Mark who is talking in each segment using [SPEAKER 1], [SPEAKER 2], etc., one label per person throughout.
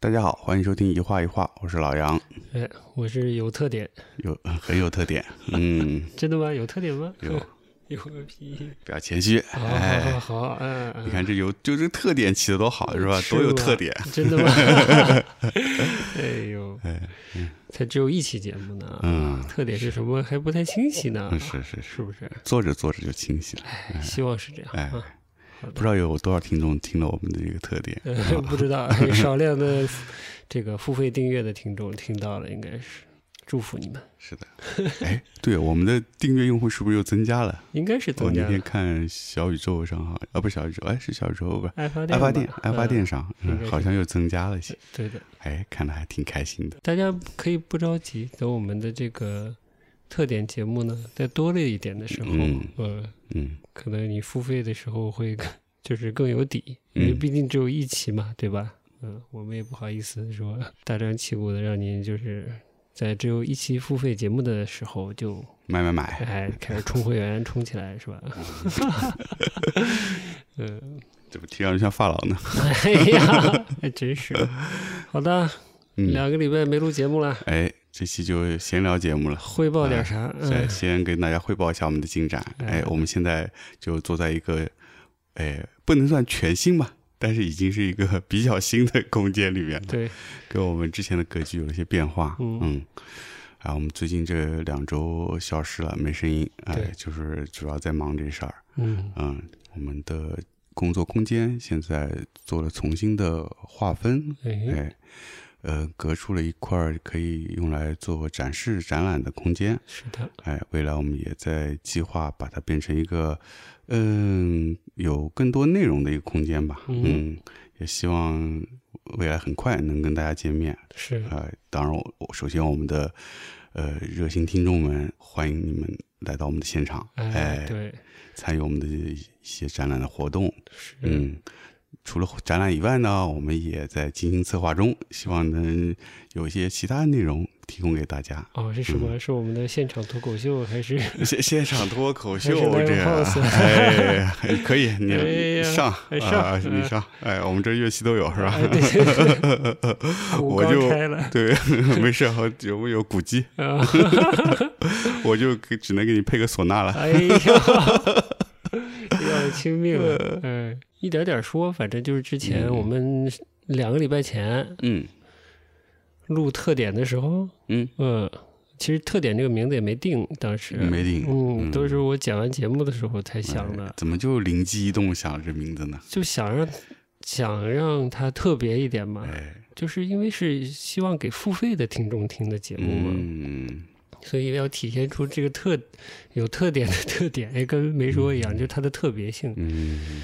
[SPEAKER 1] 大家好，欢迎收听一画一画，我是老杨，
[SPEAKER 2] 哎，我是有特点，
[SPEAKER 1] 有 很有特点，嗯，
[SPEAKER 2] 真的吗？有特点吗？
[SPEAKER 1] 有
[SPEAKER 2] 有个屁！
[SPEAKER 1] 比较谦虚，
[SPEAKER 2] 好
[SPEAKER 1] 哎
[SPEAKER 2] 好，好，嗯，嗯
[SPEAKER 1] 你看这有就这特点起的多好是吧？
[SPEAKER 2] 是
[SPEAKER 1] 多有
[SPEAKER 2] 吧
[SPEAKER 1] 特点，
[SPEAKER 2] 真的吗？ 哎 呦，才只有一期节目呢，
[SPEAKER 1] 嗯
[SPEAKER 2] 特点是什么还不太清晰呢，
[SPEAKER 1] 嗯是是是，
[SPEAKER 2] 是不是？
[SPEAKER 1] 做着做着就清 晰了，
[SPEAKER 2] 哎，希望是这样
[SPEAKER 1] 哎
[SPEAKER 2] 啊，
[SPEAKER 1] 不知道有多少听众听了我们的这个特点，
[SPEAKER 2] 呃不知道 少量的这个付费订阅的听众听到了，应该是祝福你们，
[SPEAKER 1] 是 的，哎，对，我们的订阅用户是不是又增加了？
[SPEAKER 2] 应该是
[SPEAKER 1] 我
[SPEAKER 2] 增
[SPEAKER 1] 那
[SPEAKER 2] 加
[SPEAKER 1] 天
[SPEAKER 2] 了。
[SPEAKER 1] 看小宇宙上哈，啊不是小宇宙，哎是小宇宙吧？
[SPEAKER 2] 爱发电
[SPEAKER 1] 爱
[SPEAKER 2] 吧，
[SPEAKER 1] 发电，爱发电上、
[SPEAKER 2] 应
[SPEAKER 1] 嗯
[SPEAKER 2] 该是
[SPEAKER 1] 好像又增加了一些
[SPEAKER 2] 嗯，，对的，
[SPEAKER 1] 哎，看来还挺开心的。
[SPEAKER 2] 大家可以不着急，等我们的这个特点节目呢，再多了一点的时候，
[SPEAKER 1] 嗯
[SPEAKER 2] 呃，
[SPEAKER 1] 嗯，
[SPEAKER 2] 可能你付费的时候会 就是更有底，
[SPEAKER 1] 嗯
[SPEAKER 2] 因为毕竟只有一期嘛，对吧？嗯、我们也不好意思说大张旗鼓的让您就是在只有一期付费节目的时候 就
[SPEAKER 1] 买买买，
[SPEAKER 2] 哎开始充会员充起来是吧？ 嗯，
[SPEAKER 1] 这不听上去像发廊呢？
[SPEAKER 2] 哎呀，还真是。好的，
[SPEAKER 1] 嗯，
[SPEAKER 2] 两个礼拜没录节目了，
[SPEAKER 1] 哎，这期就闲聊节目了。
[SPEAKER 2] 汇报点啥？
[SPEAKER 1] 哎再
[SPEAKER 2] 嗯，
[SPEAKER 1] 先跟大家汇报一下我们的进展。
[SPEAKER 2] 哎
[SPEAKER 1] 哎，我们现在就坐在一个，哎，不能算全新吧，但是已经是一个比较新的空间里面了，
[SPEAKER 2] 对，
[SPEAKER 1] 跟我们之前的格局有了一些变化。
[SPEAKER 2] 嗯
[SPEAKER 1] 嗯，啊，我们最近这两周消失了，没声音，哎
[SPEAKER 2] 对，
[SPEAKER 1] 就是主要在忙这事儿。
[SPEAKER 2] 嗯。
[SPEAKER 1] 嗯，我们的工作空间现在做了重新的划分，
[SPEAKER 2] 哎，
[SPEAKER 1] 哎，呃，隔出了一块儿可以用来做展示、展览的空间。
[SPEAKER 2] 是的，
[SPEAKER 1] 哎，未来我们也在计划把它变成一个，嗯，有更多内容的一个空间吧。
[SPEAKER 2] 嗯
[SPEAKER 1] 嗯，也希望未来很快能跟大家见面。
[SPEAKER 2] 是
[SPEAKER 1] 啊、当然我，我首先我们的呃热心听众们，欢迎你们来到我们的现场，
[SPEAKER 2] 哎，对，
[SPEAKER 1] 参与我们的一些展览的活动。
[SPEAKER 2] 是，
[SPEAKER 1] 嗯，除了展览以外呢，我们也在进行策划中，希望能有一些其他内容提供给大家。
[SPEAKER 2] 哦，是什
[SPEAKER 1] 嗯
[SPEAKER 2] 么？是我们的现场脱口秀还是？
[SPEAKER 1] 现现场脱口秀
[SPEAKER 2] 还是 live
[SPEAKER 1] 这 样，
[SPEAKER 2] house
[SPEAKER 1] 哎，可以，你
[SPEAKER 2] 哎呀
[SPEAKER 1] 上
[SPEAKER 2] 哎
[SPEAKER 1] 啊，
[SPEAKER 2] 上
[SPEAKER 1] 你上，哎，我们这乐器都有是吧？
[SPEAKER 2] 哎对
[SPEAKER 1] 我
[SPEAKER 2] 哎我刚
[SPEAKER 1] 就
[SPEAKER 2] 拆了
[SPEAKER 1] 对，没事，我有我有古籍，
[SPEAKER 2] 啊！
[SPEAKER 1] 我就给只能给你配个唢 呐了。
[SPEAKER 2] 哎呦，要了亲命了！嗯，一点点说，反正就是之前
[SPEAKER 1] 呃嗯
[SPEAKER 2] 我们两个礼拜前
[SPEAKER 1] 嗯
[SPEAKER 2] 录特点的时候，
[SPEAKER 1] 嗯，
[SPEAKER 2] 嗯，其实特点这个名字也没定，当时
[SPEAKER 1] 没定嗯
[SPEAKER 2] 嗯，都是我剪完节目的时候才想
[SPEAKER 1] 哎
[SPEAKER 2] 的，
[SPEAKER 1] 怎么就灵机一动想这名字呢？
[SPEAKER 2] 就想让想让它特别一点嘛。
[SPEAKER 1] 哎，
[SPEAKER 2] 就是因为是希望给付费的听众听的节目嘛，
[SPEAKER 1] 嗯，
[SPEAKER 2] 所以要体现出这个特有特点的特点，哎，跟没说一样，就是它的特别性，
[SPEAKER 1] 嗯，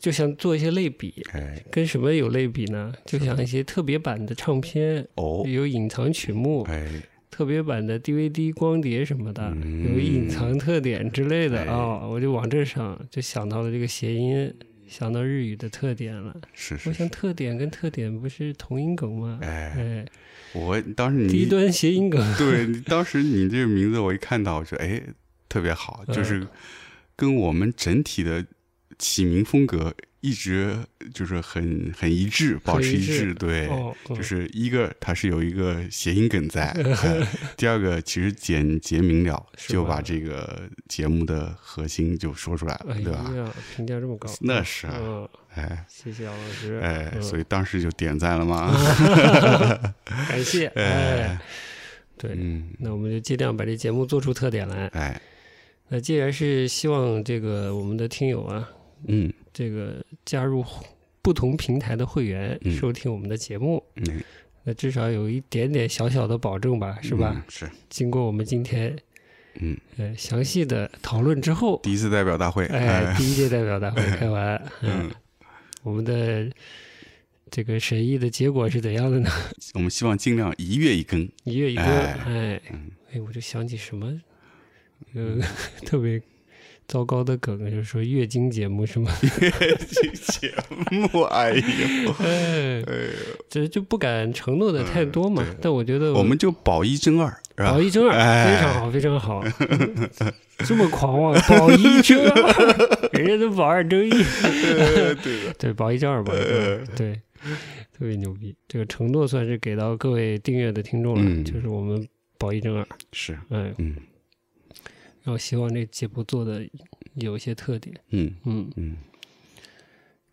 [SPEAKER 2] 就想做一些类比。
[SPEAKER 1] 哎，
[SPEAKER 2] 跟什么有类比呢？就像一些特别版的唱片，
[SPEAKER 1] 哦，
[SPEAKER 2] 有隐藏曲目；
[SPEAKER 1] 哎，
[SPEAKER 2] 特别版的 DVD 光碟什么的，
[SPEAKER 1] 嗯
[SPEAKER 2] 有隐藏特点之类的
[SPEAKER 1] 哎
[SPEAKER 2] 啊、我就往这上就想到了这个谐音，想到日语的特点了。
[SPEAKER 1] 是是
[SPEAKER 2] 我想
[SPEAKER 1] 是，
[SPEAKER 2] 特点跟特点不是同音梗吗？
[SPEAKER 1] 哎，
[SPEAKER 2] 哎，
[SPEAKER 1] 我当时
[SPEAKER 2] 低
[SPEAKER 1] 你
[SPEAKER 2] 端谐音梗。
[SPEAKER 1] 对，你当时你这个名字我一看到，我觉得哎特别好，
[SPEAKER 2] 嗯
[SPEAKER 1] 就是跟我们整体的起名风格一直就是很很一致，保持
[SPEAKER 2] 一
[SPEAKER 1] 一
[SPEAKER 2] 致
[SPEAKER 1] 致。对，
[SPEAKER 2] 哦，嗯
[SPEAKER 1] 就是一个它是有一个谐音梗 在，哎第二个其实简洁明了，
[SPEAKER 2] 是
[SPEAKER 1] 就
[SPEAKER 2] 吧
[SPEAKER 1] 把这个节目的核心就说出来了，
[SPEAKER 2] 哎
[SPEAKER 1] 对吧？
[SPEAKER 2] 呀，评价这么高，
[SPEAKER 1] 那是啊，
[SPEAKER 2] 嗯，
[SPEAKER 1] 哎
[SPEAKER 2] 谢谢杨老师，
[SPEAKER 1] 哎，
[SPEAKER 2] 嗯
[SPEAKER 1] 所以当时就点赞了嘛。
[SPEAKER 2] 感谢，
[SPEAKER 1] 哎
[SPEAKER 2] 哎，对，
[SPEAKER 1] 嗯，
[SPEAKER 2] 那我们就尽量把这节目做出特点来。
[SPEAKER 1] 哎，
[SPEAKER 2] 那既然是希望这个我们的听友啊，
[SPEAKER 1] 嗯
[SPEAKER 2] 这个加入不同平台的会员
[SPEAKER 1] 嗯
[SPEAKER 2] 收听我们的节目，
[SPEAKER 1] 嗯，
[SPEAKER 2] 那至少有一点点小小的保证吧，是吧？
[SPEAKER 1] 嗯？是，
[SPEAKER 2] 经过我们今天
[SPEAKER 1] 嗯，
[SPEAKER 2] 呃详细的讨论之后，
[SPEAKER 1] 第一次代表大会，
[SPEAKER 2] 哎，第一届代表大会开 完，嗯，我们的这个审议的结果是怎样的呢？
[SPEAKER 1] 我们希望尽量一月一更。
[SPEAKER 2] 一月一个，
[SPEAKER 1] 哎
[SPEAKER 2] 哎
[SPEAKER 1] 嗯，
[SPEAKER 2] 哎，我就想起什么，呃， 特别糟糕的梗，就是说月经节目是吗？
[SPEAKER 1] 节 目，哎呦，
[SPEAKER 2] 哎，这就不敢承诺的太多嘛
[SPEAKER 1] 嗯对。
[SPEAKER 2] 但我觉得
[SPEAKER 1] 我们就保一争二，是吧
[SPEAKER 2] 保？一争二
[SPEAKER 1] 哎
[SPEAKER 2] 非常好，非 常好，这么狂妄，保一争 二，人家都保二争一，
[SPEAKER 1] 对对的，呃
[SPEAKER 2] 对，保一争二，保一争二，对。特别牛逼。这个承诺算是给到各位订阅的听众了，
[SPEAKER 1] 嗯
[SPEAKER 2] 就是我们保一正二，
[SPEAKER 1] 是，
[SPEAKER 2] 嗯，
[SPEAKER 1] 嗯
[SPEAKER 2] 然后希望这节目做的有一些特点，
[SPEAKER 1] 嗯
[SPEAKER 2] 嗯，
[SPEAKER 1] 嗯，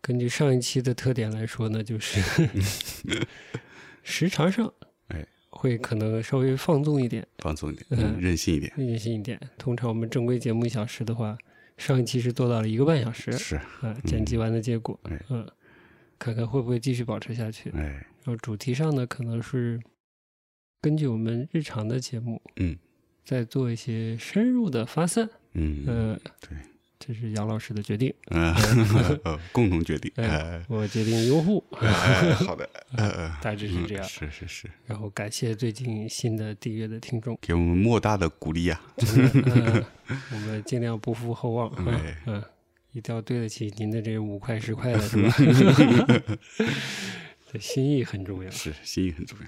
[SPEAKER 2] 根据上一期的特点来说呢，就是 时长上，
[SPEAKER 1] 哎，
[SPEAKER 2] 会可能稍微放纵一点，
[SPEAKER 1] 放松一点，
[SPEAKER 2] 嗯
[SPEAKER 1] 嗯任性一点，
[SPEAKER 2] 任性一点。通常我们正规节目一小时的话，上一期是做到了一个半小时，
[SPEAKER 1] 是，
[SPEAKER 2] 啊，剪辑完的结果
[SPEAKER 1] 嗯哎，
[SPEAKER 2] 嗯，看看会不会继续保持下去。
[SPEAKER 1] 哎，
[SPEAKER 2] 然后主题上呢，可能是根据我们日常的节目，
[SPEAKER 1] 嗯，
[SPEAKER 2] 再做一些深入的发散。
[SPEAKER 1] 嗯，
[SPEAKER 2] 呃，
[SPEAKER 1] 对，
[SPEAKER 2] 这是杨老师的决定，
[SPEAKER 1] 呃，呃 共同决定，
[SPEAKER 2] 哎
[SPEAKER 1] 哎，
[SPEAKER 2] 我决定拥 护。
[SPEAKER 1] 哎好的，呃呃，
[SPEAKER 2] 大致是这样
[SPEAKER 1] 嗯是是是，
[SPEAKER 2] 然后感谢最近新的订阅的听 众，
[SPEAKER 1] 给我们莫大的鼓励啊，
[SPEAKER 2] 嗯，我们尽量不负厚望，嗯
[SPEAKER 1] 哎
[SPEAKER 2] 嗯，一定要对得起您的这五块 十块的，是吧？ 这心意很重要。
[SPEAKER 1] 是心意很重要，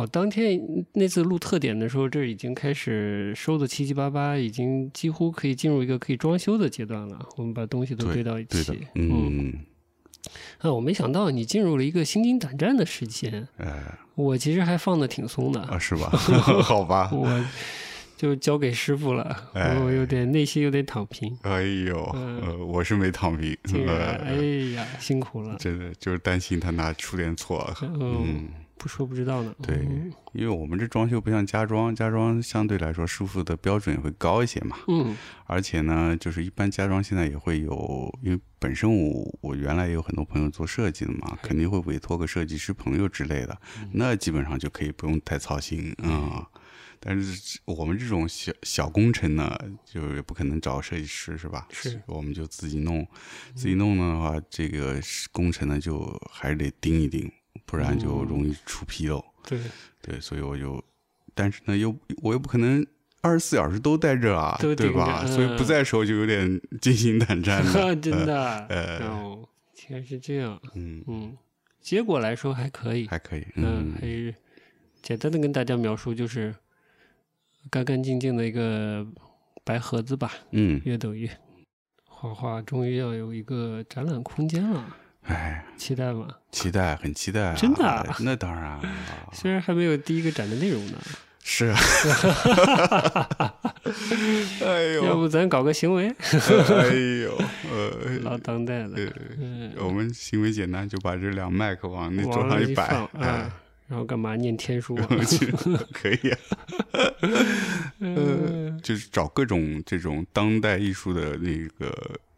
[SPEAKER 2] 哦，当天那次录特点的时候，这已经开始收的七七八八，已经几乎可以进入一个可以装修的阶段了。我们把东西都
[SPEAKER 1] 对
[SPEAKER 2] 堆到一
[SPEAKER 1] 对的
[SPEAKER 2] 起，，嗯，
[SPEAKER 1] 嗯，
[SPEAKER 2] 啊，我没想到你进入了一个心惊胆战的时间，
[SPEAKER 1] 呃
[SPEAKER 2] 我其实还放的挺松的，
[SPEAKER 1] 啊，是 吧？好吧，
[SPEAKER 2] 我就交给师傅了，
[SPEAKER 1] 哎
[SPEAKER 2] 我有点内心有点躺 平。
[SPEAKER 1] 哎呦，
[SPEAKER 2] 嗯
[SPEAKER 1] 呃，我是没躺平，
[SPEAKER 2] 竟然，哎
[SPEAKER 1] 呃，
[SPEAKER 2] 呀，辛苦了，
[SPEAKER 1] 真的就是担心他哪出点错，
[SPEAKER 2] 嗯，
[SPEAKER 1] 嗯。
[SPEAKER 2] 不说不知道呢。
[SPEAKER 1] 对
[SPEAKER 2] 嗯
[SPEAKER 1] 因为我们这装修不像家装，家装相对来说师傅的标准也会高一些嘛。
[SPEAKER 2] 嗯
[SPEAKER 1] 而且呢，就是一般家装现在也会有，因为本身我我原来也有很多朋友做设计的嘛，肯定会委托个设计师朋友之类的，
[SPEAKER 2] 嗯
[SPEAKER 1] 那基本上就可以不用太操心啊、但是我们这种小小工程呢，就是不可能找设计师是吧？
[SPEAKER 2] 是，嗯
[SPEAKER 1] 我们就自己弄，自己弄的话，这个是工程呢就还是得盯一盯，不然就
[SPEAKER 2] 嗯
[SPEAKER 1] 容易出纰漏。
[SPEAKER 2] 对，
[SPEAKER 1] 对，所以我就，但是呢，又我又不可能二十四小时都在这儿啊，
[SPEAKER 2] 都
[SPEAKER 1] 对
[SPEAKER 2] 盯
[SPEAKER 1] 吧？
[SPEAKER 2] 着
[SPEAKER 1] 所以不
[SPEAKER 2] 嗯
[SPEAKER 1] 在的时候就有点惊心胆战的。
[SPEAKER 2] 真的，
[SPEAKER 1] 呃
[SPEAKER 2] 哦，竟然是这样，
[SPEAKER 1] 嗯，
[SPEAKER 2] 嗯，结果来说还可以，
[SPEAKER 1] 还可以，
[SPEAKER 2] 嗯，
[SPEAKER 1] 嗯
[SPEAKER 2] 还，是简单的跟大家描述就是干干净净的一个白盒子吧，
[SPEAKER 1] 嗯，
[SPEAKER 2] 越走越。画画终于要有一个展览空间了，
[SPEAKER 1] 哎，
[SPEAKER 2] 期待吗？
[SPEAKER 1] 期待，很期待啊，
[SPEAKER 2] 真的啊
[SPEAKER 1] 那当然了，
[SPEAKER 2] 虽然还没有第一个展的内容呢，
[SPEAKER 1] 是啊，哎
[SPEAKER 2] 要
[SPEAKER 1] 呦，
[SPEAKER 2] 不咱搞个行为，
[SPEAKER 1] 哎呦，
[SPEAKER 2] 老
[SPEAKER 1] 呃，
[SPEAKER 2] 当代的，
[SPEAKER 1] 呃
[SPEAKER 2] 嗯，
[SPEAKER 1] 我们行为简单，就把这两麦克往那桌
[SPEAKER 2] 往
[SPEAKER 1] 上
[SPEAKER 2] 那一
[SPEAKER 1] 摆
[SPEAKER 2] 放，
[SPEAKER 1] 哎
[SPEAKER 2] 啊，，然后干嘛念天书啊？
[SPEAKER 1] 我去，可以啊。
[SPEAKER 2] 嗯
[SPEAKER 1] 就是找各种这种当代艺术的那个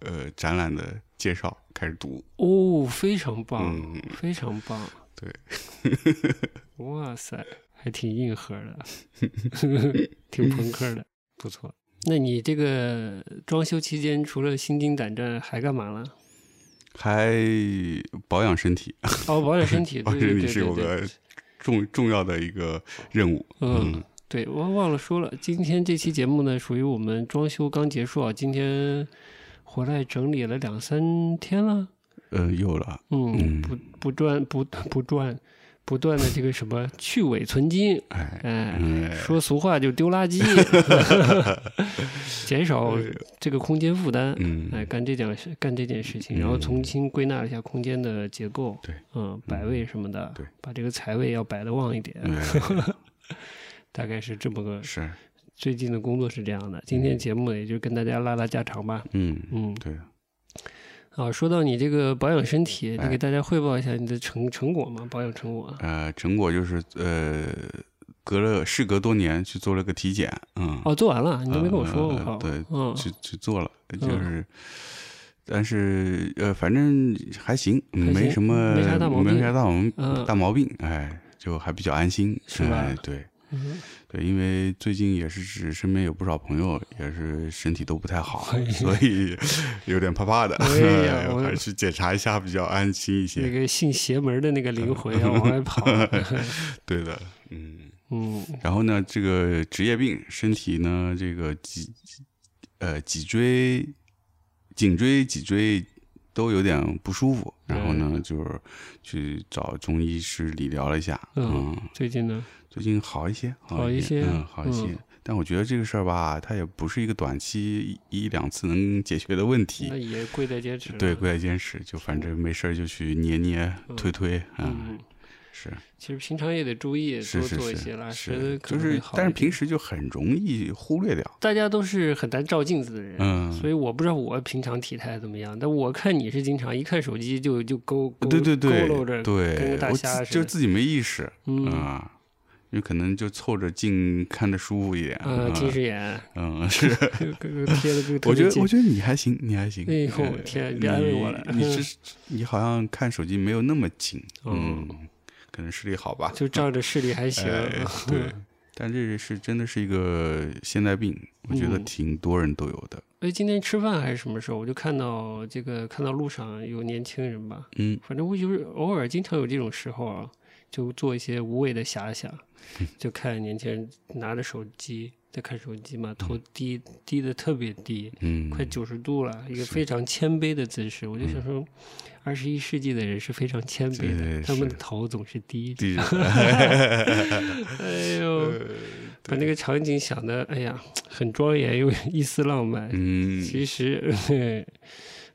[SPEAKER 1] 呃展览的介绍开始读。
[SPEAKER 2] 哦，非常棒，
[SPEAKER 1] 嗯，
[SPEAKER 2] 非常棒，
[SPEAKER 1] 对，
[SPEAKER 2] 哇塞，还挺硬核的， 挺朋克的，不错。那你这个装修期间，除了心惊胆战，还干嘛了？
[SPEAKER 1] 还保养身体，
[SPEAKER 2] 哦，保养 身体，
[SPEAKER 1] 保
[SPEAKER 2] 对
[SPEAKER 1] 养身体
[SPEAKER 2] 对对
[SPEAKER 1] 是
[SPEAKER 2] 对
[SPEAKER 1] 有
[SPEAKER 2] 对
[SPEAKER 1] 个，重重要的一个任务。
[SPEAKER 2] 嗯，对，我忘了说了，今天这期节目呢，属于我们装修刚结束啊，今天回来整理了两三天了，
[SPEAKER 1] 呃，有了，
[SPEAKER 2] 嗯，
[SPEAKER 1] 嗯
[SPEAKER 2] 不不断不不断不断的这个什么去伪存金，
[SPEAKER 1] 哎，
[SPEAKER 2] 哎，
[SPEAKER 1] 哎
[SPEAKER 2] 说俗话就丢 垃圾，减少这个空间负担。
[SPEAKER 1] 哎嗯，
[SPEAKER 2] 哎，干这件事，干这件事情，然后
[SPEAKER 1] 嗯
[SPEAKER 2] 重新归纳了一下空间的结构，
[SPEAKER 1] 对，
[SPEAKER 2] 嗯，摆位什么的，
[SPEAKER 1] 对，
[SPEAKER 2] 把这个财位要摆得旺一点，
[SPEAKER 1] 哎
[SPEAKER 2] 大概是这么个
[SPEAKER 1] 是，
[SPEAKER 2] 最近的工作是这样的，今天节目也就跟大家拉拉家常吧。
[SPEAKER 1] 嗯，
[SPEAKER 2] 嗯，
[SPEAKER 1] 对，
[SPEAKER 2] 啊，说到你这个保养身体，
[SPEAKER 1] 哎
[SPEAKER 2] 你给大家汇报一下你的成成果嘛？保养成果。
[SPEAKER 1] 呃，成果就是呃，隔了事隔多年去做了个体检，嗯，
[SPEAKER 2] 哦，做完了，你都没跟我说，
[SPEAKER 1] 呃
[SPEAKER 2] 我靠。
[SPEAKER 1] 对
[SPEAKER 2] 嗯，
[SPEAKER 1] 去去做了，就
[SPEAKER 2] 嗯
[SPEAKER 1] 是，但是呃，反正还行，
[SPEAKER 2] 还
[SPEAKER 1] 没
[SPEAKER 2] 行
[SPEAKER 1] 什么，
[SPEAKER 2] 没啥大毛
[SPEAKER 1] 没啥大毛
[SPEAKER 2] 嗯
[SPEAKER 1] 大毛病，哎，就还比较安心，
[SPEAKER 2] 是吧
[SPEAKER 1] 哎对
[SPEAKER 2] 嗯
[SPEAKER 1] 对，因为最近也是是身边有不少朋友也是身体都不太好
[SPEAKER 2] 哎呀，
[SPEAKER 1] 所以有点怕怕的，
[SPEAKER 2] 哎呀 我
[SPEAKER 1] 还是去检查一下比较安心一
[SPEAKER 2] 那
[SPEAKER 1] 些。
[SPEAKER 2] 个信邪门的那个灵魂要往外 跑。
[SPEAKER 1] 对的，嗯。
[SPEAKER 2] 嗯，
[SPEAKER 1] 然后呢，这个职业病，身体呢，这个脊呃脊椎、颈椎、脊椎都有点不舒服。然后呢，就是去找中医师理疗了一下，啊
[SPEAKER 2] 嗯最近呢，
[SPEAKER 1] 最近好一些，
[SPEAKER 2] 好一
[SPEAKER 1] 一
[SPEAKER 2] 些
[SPEAKER 1] 嗯，好一些
[SPEAKER 2] 嗯。
[SPEAKER 1] 但我觉得这个事儿吧，它也不是一个短期一一两次能解决的问题
[SPEAKER 2] 那。也贵在坚持了。
[SPEAKER 1] 对，贵在坚持，就反正没事儿就去捏捏、推推啊，
[SPEAKER 2] 嗯，
[SPEAKER 1] 是
[SPEAKER 2] 其实平常也得注意，
[SPEAKER 1] 是
[SPEAKER 2] 多
[SPEAKER 1] 是
[SPEAKER 2] 做一些
[SPEAKER 1] 是
[SPEAKER 2] 拉伸，
[SPEAKER 1] 是，
[SPEAKER 2] 可
[SPEAKER 1] 就
[SPEAKER 2] 能会
[SPEAKER 1] 是
[SPEAKER 2] 好一
[SPEAKER 1] 但是
[SPEAKER 2] 点
[SPEAKER 1] 平时就很容易忽略掉。
[SPEAKER 2] 大家都是很难照镜子的人，
[SPEAKER 1] 嗯
[SPEAKER 2] 所以我不知道我平常体态怎么样，但我看你是经常一看手机就就勾，勾
[SPEAKER 1] 对对对
[SPEAKER 2] 佝偻着，跟
[SPEAKER 1] 对
[SPEAKER 2] 个，大
[SPEAKER 1] 我
[SPEAKER 2] 虾
[SPEAKER 1] 自
[SPEAKER 2] 似
[SPEAKER 1] 就
[SPEAKER 2] 的
[SPEAKER 1] 自己没意识
[SPEAKER 2] 嗯
[SPEAKER 1] 啊，因为可能就凑着近看着舒服一点。
[SPEAKER 2] 呃，
[SPEAKER 1] 啊
[SPEAKER 2] 近视眼，
[SPEAKER 1] 嗯，是。
[SPEAKER 2] 就跟贴的跟
[SPEAKER 1] 我觉得，我
[SPEAKER 2] 我
[SPEAKER 1] 觉得你还行，你还行。
[SPEAKER 2] 哎呦
[SPEAKER 1] 呃
[SPEAKER 2] 天别安慰我了
[SPEAKER 1] 你 你是你好像看手机没有那么紧，嗯，可能视力好吧？
[SPEAKER 2] 哦就嗯仗着视力还行，
[SPEAKER 1] 哎对，但这是真的是一个现代病，我觉得
[SPEAKER 2] 嗯
[SPEAKER 1] 挺多人都有的。
[SPEAKER 2] 哎，今天吃饭还是什么时候，我就看到这个看到路上有年轻人吧，
[SPEAKER 1] 嗯，
[SPEAKER 2] 反正我就是偶尔经常有这种时候啊，就做一些无谓的遐想， 就看年轻人拿着手机在看手机嘛，头低低的特别低，
[SPEAKER 1] 嗯，
[SPEAKER 2] 快九十度了，一个非常谦卑的姿势。我就想说，二十一世纪的人是非常谦卑的，
[SPEAKER 1] 对
[SPEAKER 2] 他们的
[SPEAKER 1] 是
[SPEAKER 2] 头总是低着。
[SPEAKER 1] 地震
[SPEAKER 2] 哎
[SPEAKER 1] 呃
[SPEAKER 2] 呦，把那个场景想的，哎呀，很庄严又一丝浪漫。
[SPEAKER 1] 嗯，
[SPEAKER 2] 其实嘿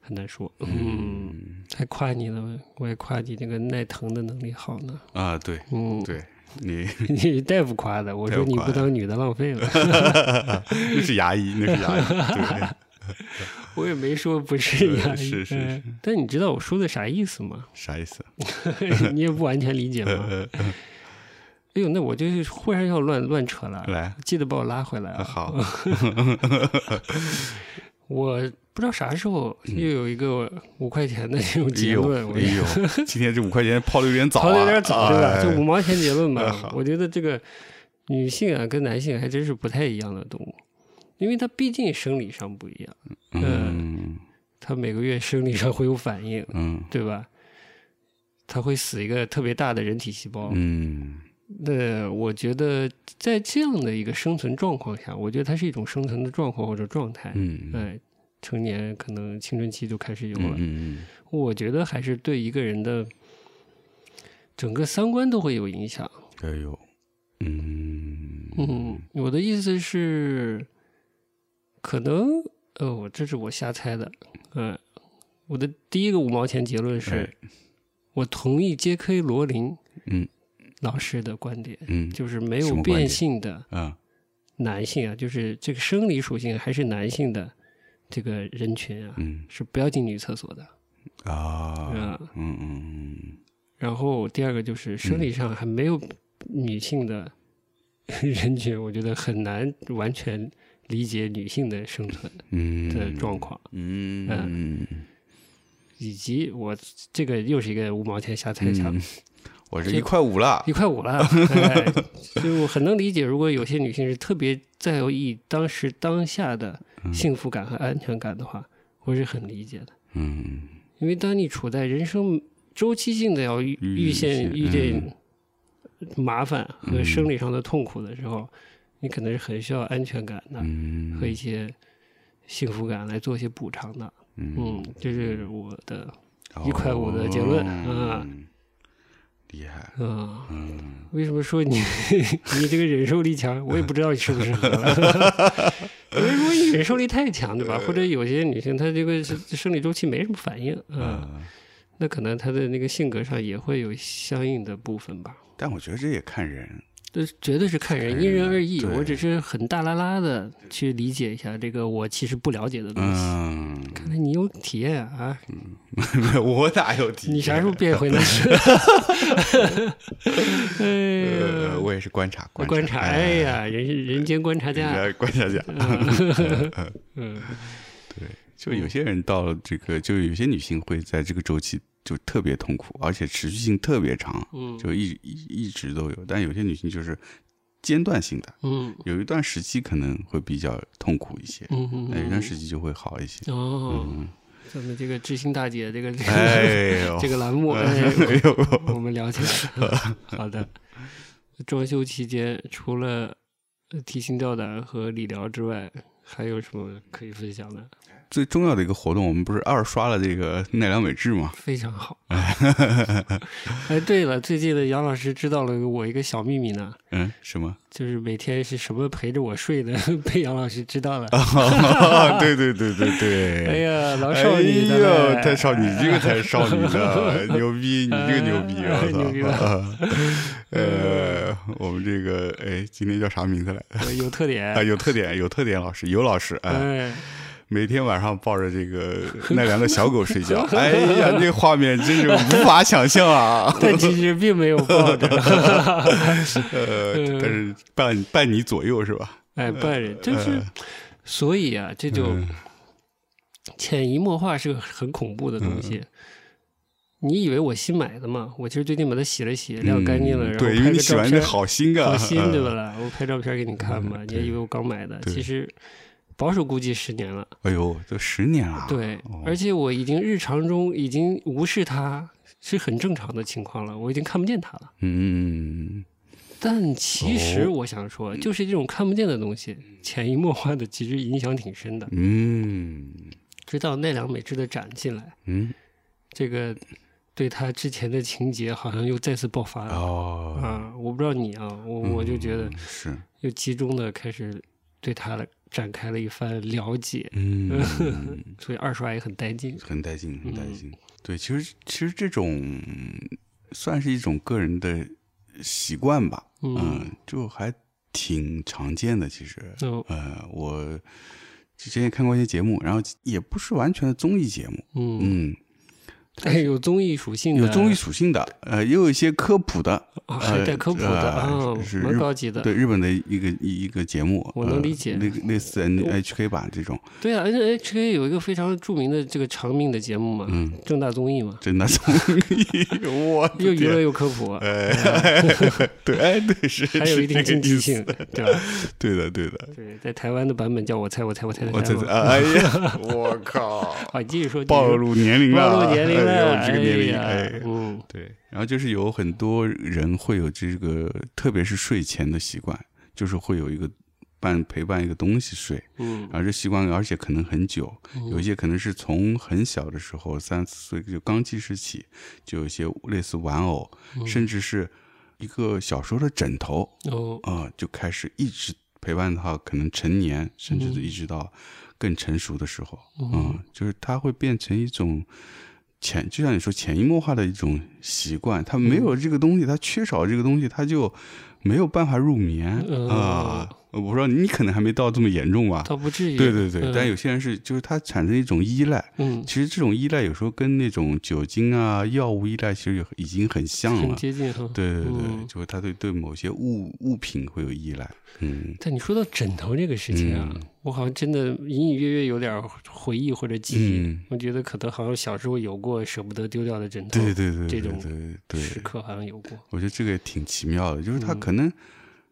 [SPEAKER 2] 很难说，嗯，
[SPEAKER 1] 嗯
[SPEAKER 2] 还夸你呢，我也夸你那个耐疼的能力好呢，
[SPEAKER 1] 啊，对
[SPEAKER 2] 嗯，
[SPEAKER 1] 对，你
[SPEAKER 2] 你大夫夸的，我
[SPEAKER 1] 大
[SPEAKER 2] 说
[SPEAKER 1] 夫
[SPEAKER 2] 你
[SPEAKER 1] 夸
[SPEAKER 2] 不
[SPEAKER 1] 的
[SPEAKER 2] 当女的浪 费了，
[SPEAKER 1] 那是牙医，那是牙 医，对，
[SPEAKER 2] 我也没说不是
[SPEAKER 1] 呃
[SPEAKER 2] 牙医，
[SPEAKER 1] 是是
[SPEAKER 2] 哎但你知道我说的啥意 思吗？
[SPEAKER 1] 啥意思？
[SPEAKER 2] 你也不完全理解吗？
[SPEAKER 1] 呃，呃
[SPEAKER 2] 哎呦，那我就是忽然要乱乱扯了，
[SPEAKER 1] 来，
[SPEAKER 2] 记得把我拉回来啊！
[SPEAKER 1] 嗯 好，哎
[SPEAKER 2] 我不知道啥时候又有一个五块钱的这种
[SPEAKER 1] 嗯哎
[SPEAKER 2] 结
[SPEAKER 1] 呦，
[SPEAKER 2] 论，我
[SPEAKER 1] 哎 呦，今天这五块钱抛的有点早
[SPEAKER 2] 跑
[SPEAKER 1] 啊，
[SPEAKER 2] 的有点早，对吧？
[SPEAKER 1] 哎
[SPEAKER 2] 就五毛钱结论吧。
[SPEAKER 1] 哎好
[SPEAKER 2] 我觉得这个女性啊跟男性还真是不太一样的动物，因为它毕竟生理上不一样，
[SPEAKER 1] 嗯
[SPEAKER 2] 它每个月生理上会有反应，
[SPEAKER 1] 嗯
[SPEAKER 2] 对吧？它会死一个特别大的人体细胞，
[SPEAKER 1] 嗯
[SPEAKER 2] 那我觉得在这样的一个生存状况下，我觉得它是一种生存的状况或者状态。
[SPEAKER 1] 嗯嗯
[SPEAKER 2] 哎，成年可能青春期就开始有了。
[SPEAKER 1] 嗯
[SPEAKER 2] 我觉得还是对一个人的整个三观都会有影响。
[SPEAKER 1] 嗯，哎呦，嗯
[SPEAKER 2] 嗯，我的意思是，可能呃，我这是我瞎猜的。嗯、我的第一个五毛钱结论是，
[SPEAKER 1] 哎
[SPEAKER 2] 我同意 J.K. 罗琳
[SPEAKER 1] 嗯
[SPEAKER 2] 老师的观点，
[SPEAKER 1] 嗯
[SPEAKER 2] 就是没
[SPEAKER 1] 什
[SPEAKER 2] 有
[SPEAKER 1] 么观
[SPEAKER 2] 变
[SPEAKER 1] 点
[SPEAKER 2] 性的。
[SPEAKER 1] 啊
[SPEAKER 2] 男性啊，就是这个生理属性还是男性的这个人群啊，
[SPEAKER 1] 嗯
[SPEAKER 2] 是不要进女厕所的。呃
[SPEAKER 1] 啊嗯嗯
[SPEAKER 2] 然后第二个就是生理上还没有女性的 人群，我觉得很难完全理解女性的生存
[SPEAKER 1] 嗯
[SPEAKER 2] 的状，况，
[SPEAKER 1] 嗯嗯，
[SPEAKER 2] 以及我这个又是一个五毛钱瞎猜想。
[SPEAKER 1] 嗯，我这一块五了
[SPEAKER 2] 一，块 五了，哎，就我很能理解，如果有些女性是特别在意当时当下的幸福感和安全感的话，我是很理解的。
[SPEAKER 1] 嗯
[SPEAKER 2] 因为当你处在人生周期性的要遇
[SPEAKER 1] 遇
[SPEAKER 2] 遇见嗯
[SPEAKER 1] 见
[SPEAKER 2] 遇见麻烦和生理上的痛苦的时候，你可能是很需要安全感的、
[SPEAKER 1] 嗯，
[SPEAKER 2] 和一些幸福感来做一些补偿的。
[SPEAKER 1] 嗯，
[SPEAKER 2] 嗯，这是我的
[SPEAKER 1] 哦
[SPEAKER 2] 嗯
[SPEAKER 1] 厉害，
[SPEAKER 2] 啊。
[SPEAKER 1] 嗯
[SPEAKER 2] 为什么说你 你这个忍受力强？我也不知道 你 适不适合了。有人说你忍受力太强，对吧？或者有些女性她这个生理周期没什么反应啊，
[SPEAKER 1] 呃，
[SPEAKER 2] 那可能她的那个性格上也会有相应的部分吧。
[SPEAKER 1] 但我觉得这也看人，
[SPEAKER 2] 这绝对是看人，
[SPEAKER 1] 看
[SPEAKER 2] 因
[SPEAKER 1] 人
[SPEAKER 2] 人
[SPEAKER 1] 的
[SPEAKER 2] 而异。
[SPEAKER 1] 对
[SPEAKER 2] 我只是很大拉拉的去理解一下这个我其实不了解的东西。
[SPEAKER 1] 嗯，
[SPEAKER 2] 看来你有体验啊！
[SPEAKER 1] 我哪有提？
[SPEAKER 2] 你啥时候变 回男生？ 哎
[SPEAKER 1] 呃，
[SPEAKER 2] 呀，
[SPEAKER 1] 我也是观察哎
[SPEAKER 2] 我
[SPEAKER 1] 观
[SPEAKER 2] 观察，哎，呀，人人间观察家。
[SPEAKER 1] 人家观察家，
[SPEAKER 2] 嗯，
[SPEAKER 1] 就有些人到这个，就有些女性会在这个周期就特别痛苦，而且持续性特别长，
[SPEAKER 2] 嗯
[SPEAKER 1] 就一一一直都有。但有些女性就是间断性的，
[SPEAKER 2] 嗯
[SPEAKER 1] 有一段时期可能会比较痛苦一些，
[SPEAKER 2] 嗯嗯
[SPEAKER 1] 那有一段时期就会好一些。
[SPEAKER 2] 哦，咱们这个知心大姐，这个 这个
[SPEAKER 1] 嗯哎呦，
[SPEAKER 2] 这个栏目，哎
[SPEAKER 1] 哎呦，
[SPEAKER 2] 我们聊起来 了。好的，装修期间除了提心吊胆和理疗之外，还有什么可以分享的？
[SPEAKER 1] 最重要的一个活动，我们不是二刷了这个奈良美智嘛？
[SPEAKER 2] 非常好。哎，对了，最近的杨老师知道了我一个小秘密呢，
[SPEAKER 1] 嗯，什 么？
[SPEAKER 2] 就是每天是什么陪着我睡的， 被杨老师知道了。
[SPEAKER 1] 哦对对对对对。
[SPEAKER 2] 哎呀，老少女的
[SPEAKER 1] 哎
[SPEAKER 2] 嘞、
[SPEAKER 1] 呦，太少女，这个才是少女 呢，牛逼，你这个牛逼，
[SPEAKER 2] 哎牛逼
[SPEAKER 1] 我
[SPEAKER 2] 吧
[SPEAKER 1] 操！ 呃，我们这个哎，今天叫啥名字来着？
[SPEAKER 2] 有特点。
[SPEAKER 1] 啊，有特点，有特点，老师，有老师，哎，
[SPEAKER 2] 哎，
[SPEAKER 1] 每天晚上抱着这 个奈良的小狗睡觉，哎呀，那画面真是无法想象啊！
[SPEAKER 2] 但其实并没有抱着，
[SPEAKER 1] 呃，
[SPEAKER 2] 嗯
[SPEAKER 1] 但是伴伴你左右是吧？
[SPEAKER 2] 哎，半人就是，所以啊，这就
[SPEAKER 1] 嗯
[SPEAKER 2] 潜移默化是个很恐怖的东西。
[SPEAKER 1] 嗯
[SPEAKER 2] 你以为我新买的嘛？我其实最近把它洗了洗，晾干净了，
[SPEAKER 1] 嗯
[SPEAKER 2] 然后
[SPEAKER 1] 对，因为
[SPEAKER 2] 拍
[SPEAKER 1] 你
[SPEAKER 2] 个
[SPEAKER 1] 喜
[SPEAKER 2] 照
[SPEAKER 1] 欢这
[SPEAKER 2] 片，
[SPEAKER 1] 好心啊，
[SPEAKER 2] 好新对
[SPEAKER 1] 嗯
[SPEAKER 2] 不啦？我拍照片给你看嘛，你也以为我刚买的，
[SPEAKER 1] 哎对
[SPEAKER 2] 其实保守估计十年了。
[SPEAKER 1] 哎呦，都十年了，
[SPEAKER 2] 对
[SPEAKER 1] 哦，
[SPEAKER 2] 而且我已经日常中已经无视它是很正常的情况了，我已经看不见它了。
[SPEAKER 1] 嗯，
[SPEAKER 2] 但其实
[SPEAKER 1] 哦
[SPEAKER 2] 我想说，就是这种看不见的东西，潜移默化的其实影响挺深的。
[SPEAKER 1] 嗯
[SPEAKER 2] 直到奈良美智的展进来，
[SPEAKER 1] 嗯，
[SPEAKER 2] 这个对他之前的情节好像又再次爆发了。
[SPEAKER 1] 哦，
[SPEAKER 2] 啊，我不知道你啊，我我就觉得
[SPEAKER 1] 嗯 是，
[SPEAKER 2] 又集中的开始对他了展开了一番了解，
[SPEAKER 1] 嗯，
[SPEAKER 2] 所以二刷也很带劲。
[SPEAKER 1] 很带劲，很带
[SPEAKER 2] 嗯
[SPEAKER 1] 劲。对，其实其实这种算是一种个人的习惯吧，
[SPEAKER 2] 嗯，哦
[SPEAKER 1] 嗯，就还挺常见的，其实。
[SPEAKER 2] 那我
[SPEAKER 1] 呃，我之前也看过一些节目，然后也不是完全的综艺节目，
[SPEAKER 2] 嗯，
[SPEAKER 1] 嗯，
[SPEAKER 2] 但是有综艺属性的，
[SPEAKER 1] 有综艺属性的，呃，也有一些科普的，
[SPEAKER 2] 啊，还带科普的
[SPEAKER 1] 呃
[SPEAKER 2] 啊，
[SPEAKER 1] 是
[SPEAKER 2] 蛮
[SPEAKER 1] 日
[SPEAKER 2] 高级的。
[SPEAKER 1] 对日本的一个一一个节目，
[SPEAKER 2] 我能
[SPEAKER 1] 呃
[SPEAKER 2] 理解
[SPEAKER 1] 类类似 N H K 吧这种，
[SPEAKER 2] 对啊，N H K 有一个非常著名的这个长命的节目嘛，
[SPEAKER 1] 嗯，
[SPEAKER 2] 正大综艺嘛，
[SPEAKER 1] 真的综艺， 我的
[SPEAKER 2] 又娱乐
[SPEAKER 1] 天，
[SPEAKER 2] 又 科普，
[SPEAKER 1] 哎，对，哎，对，是
[SPEAKER 2] 还有一定
[SPEAKER 1] 哎是这
[SPEAKER 2] 竞
[SPEAKER 1] 个
[SPEAKER 2] 技
[SPEAKER 1] 意
[SPEAKER 2] 性
[SPEAKER 1] 思，，
[SPEAKER 2] 对吧？
[SPEAKER 1] 对的，对的，
[SPEAKER 2] 对，在台湾的版本叫我猜我猜我猜
[SPEAKER 1] 我
[SPEAKER 2] 我猜
[SPEAKER 1] 这
[SPEAKER 2] 嘛。
[SPEAKER 1] 哎 呀，我靠，
[SPEAKER 2] 啊，你继续说，继续
[SPEAKER 1] 暴
[SPEAKER 2] 说
[SPEAKER 1] 露年龄了，
[SPEAKER 2] 暴露年龄了，
[SPEAKER 1] 哎呦这个年龄，
[SPEAKER 2] 哎呀
[SPEAKER 1] 哎，
[SPEAKER 2] 嗯，
[SPEAKER 1] 对，然后就是有很多人会有这个，特别是睡前的习惯，就是会有一个伴陪伴一个东西睡，
[SPEAKER 2] 嗯
[SPEAKER 1] 然后这习惯，而且可能很久，有一些可能是从很小的时候，三四岁就刚记事起，就有一些类似玩偶，
[SPEAKER 2] 嗯
[SPEAKER 1] 甚至是一个小时候的枕头
[SPEAKER 2] 哦，
[SPEAKER 1] 啊、就开始一直陪伴他，可能成年，甚至一直到更成熟的时候，嗯、就是它会变成一种。潜就像你说潜移默化的一种习惯，他没有这个东西，他缺少这个东西，他就没有办法入眠
[SPEAKER 2] 嗯
[SPEAKER 1] 啊、我不知道你可能还没到这么严重吧？
[SPEAKER 2] 倒不至于，
[SPEAKER 1] 对对对，
[SPEAKER 2] 嗯
[SPEAKER 1] 但有些人是就是他产生一种依赖，
[SPEAKER 2] 嗯，
[SPEAKER 1] 其实这种依赖有时候跟那种酒精啊、药物依赖其实有已经很像
[SPEAKER 2] 很
[SPEAKER 1] 了。
[SPEAKER 2] 接近哈，
[SPEAKER 1] 对对对，
[SPEAKER 2] 嗯哦
[SPEAKER 1] 就是他对对某些物物品会有依赖。嗯
[SPEAKER 2] 但你说到枕头这个事情啊，
[SPEAKER 1] 嗯
[SPEAKER 2] 我好像真的隐隐约约有点回忆或者记忆，
[SPEAKER 1] 嗯，
[SPEAKER 2] 我觉得可能好像小时候有过舍不得丢掉的枕头，
[SPEAKER 1] 对对对对
[SPEAKER 2] 这种
[SPEAKER 1] 对对，
[SPEAKER 2] 时刻好像有过，
[SPEAKER 1] 我觉得这个也挺奇妙的，就是他
[SPEAKER 2] 嗯
[SPEAKER 1] 可能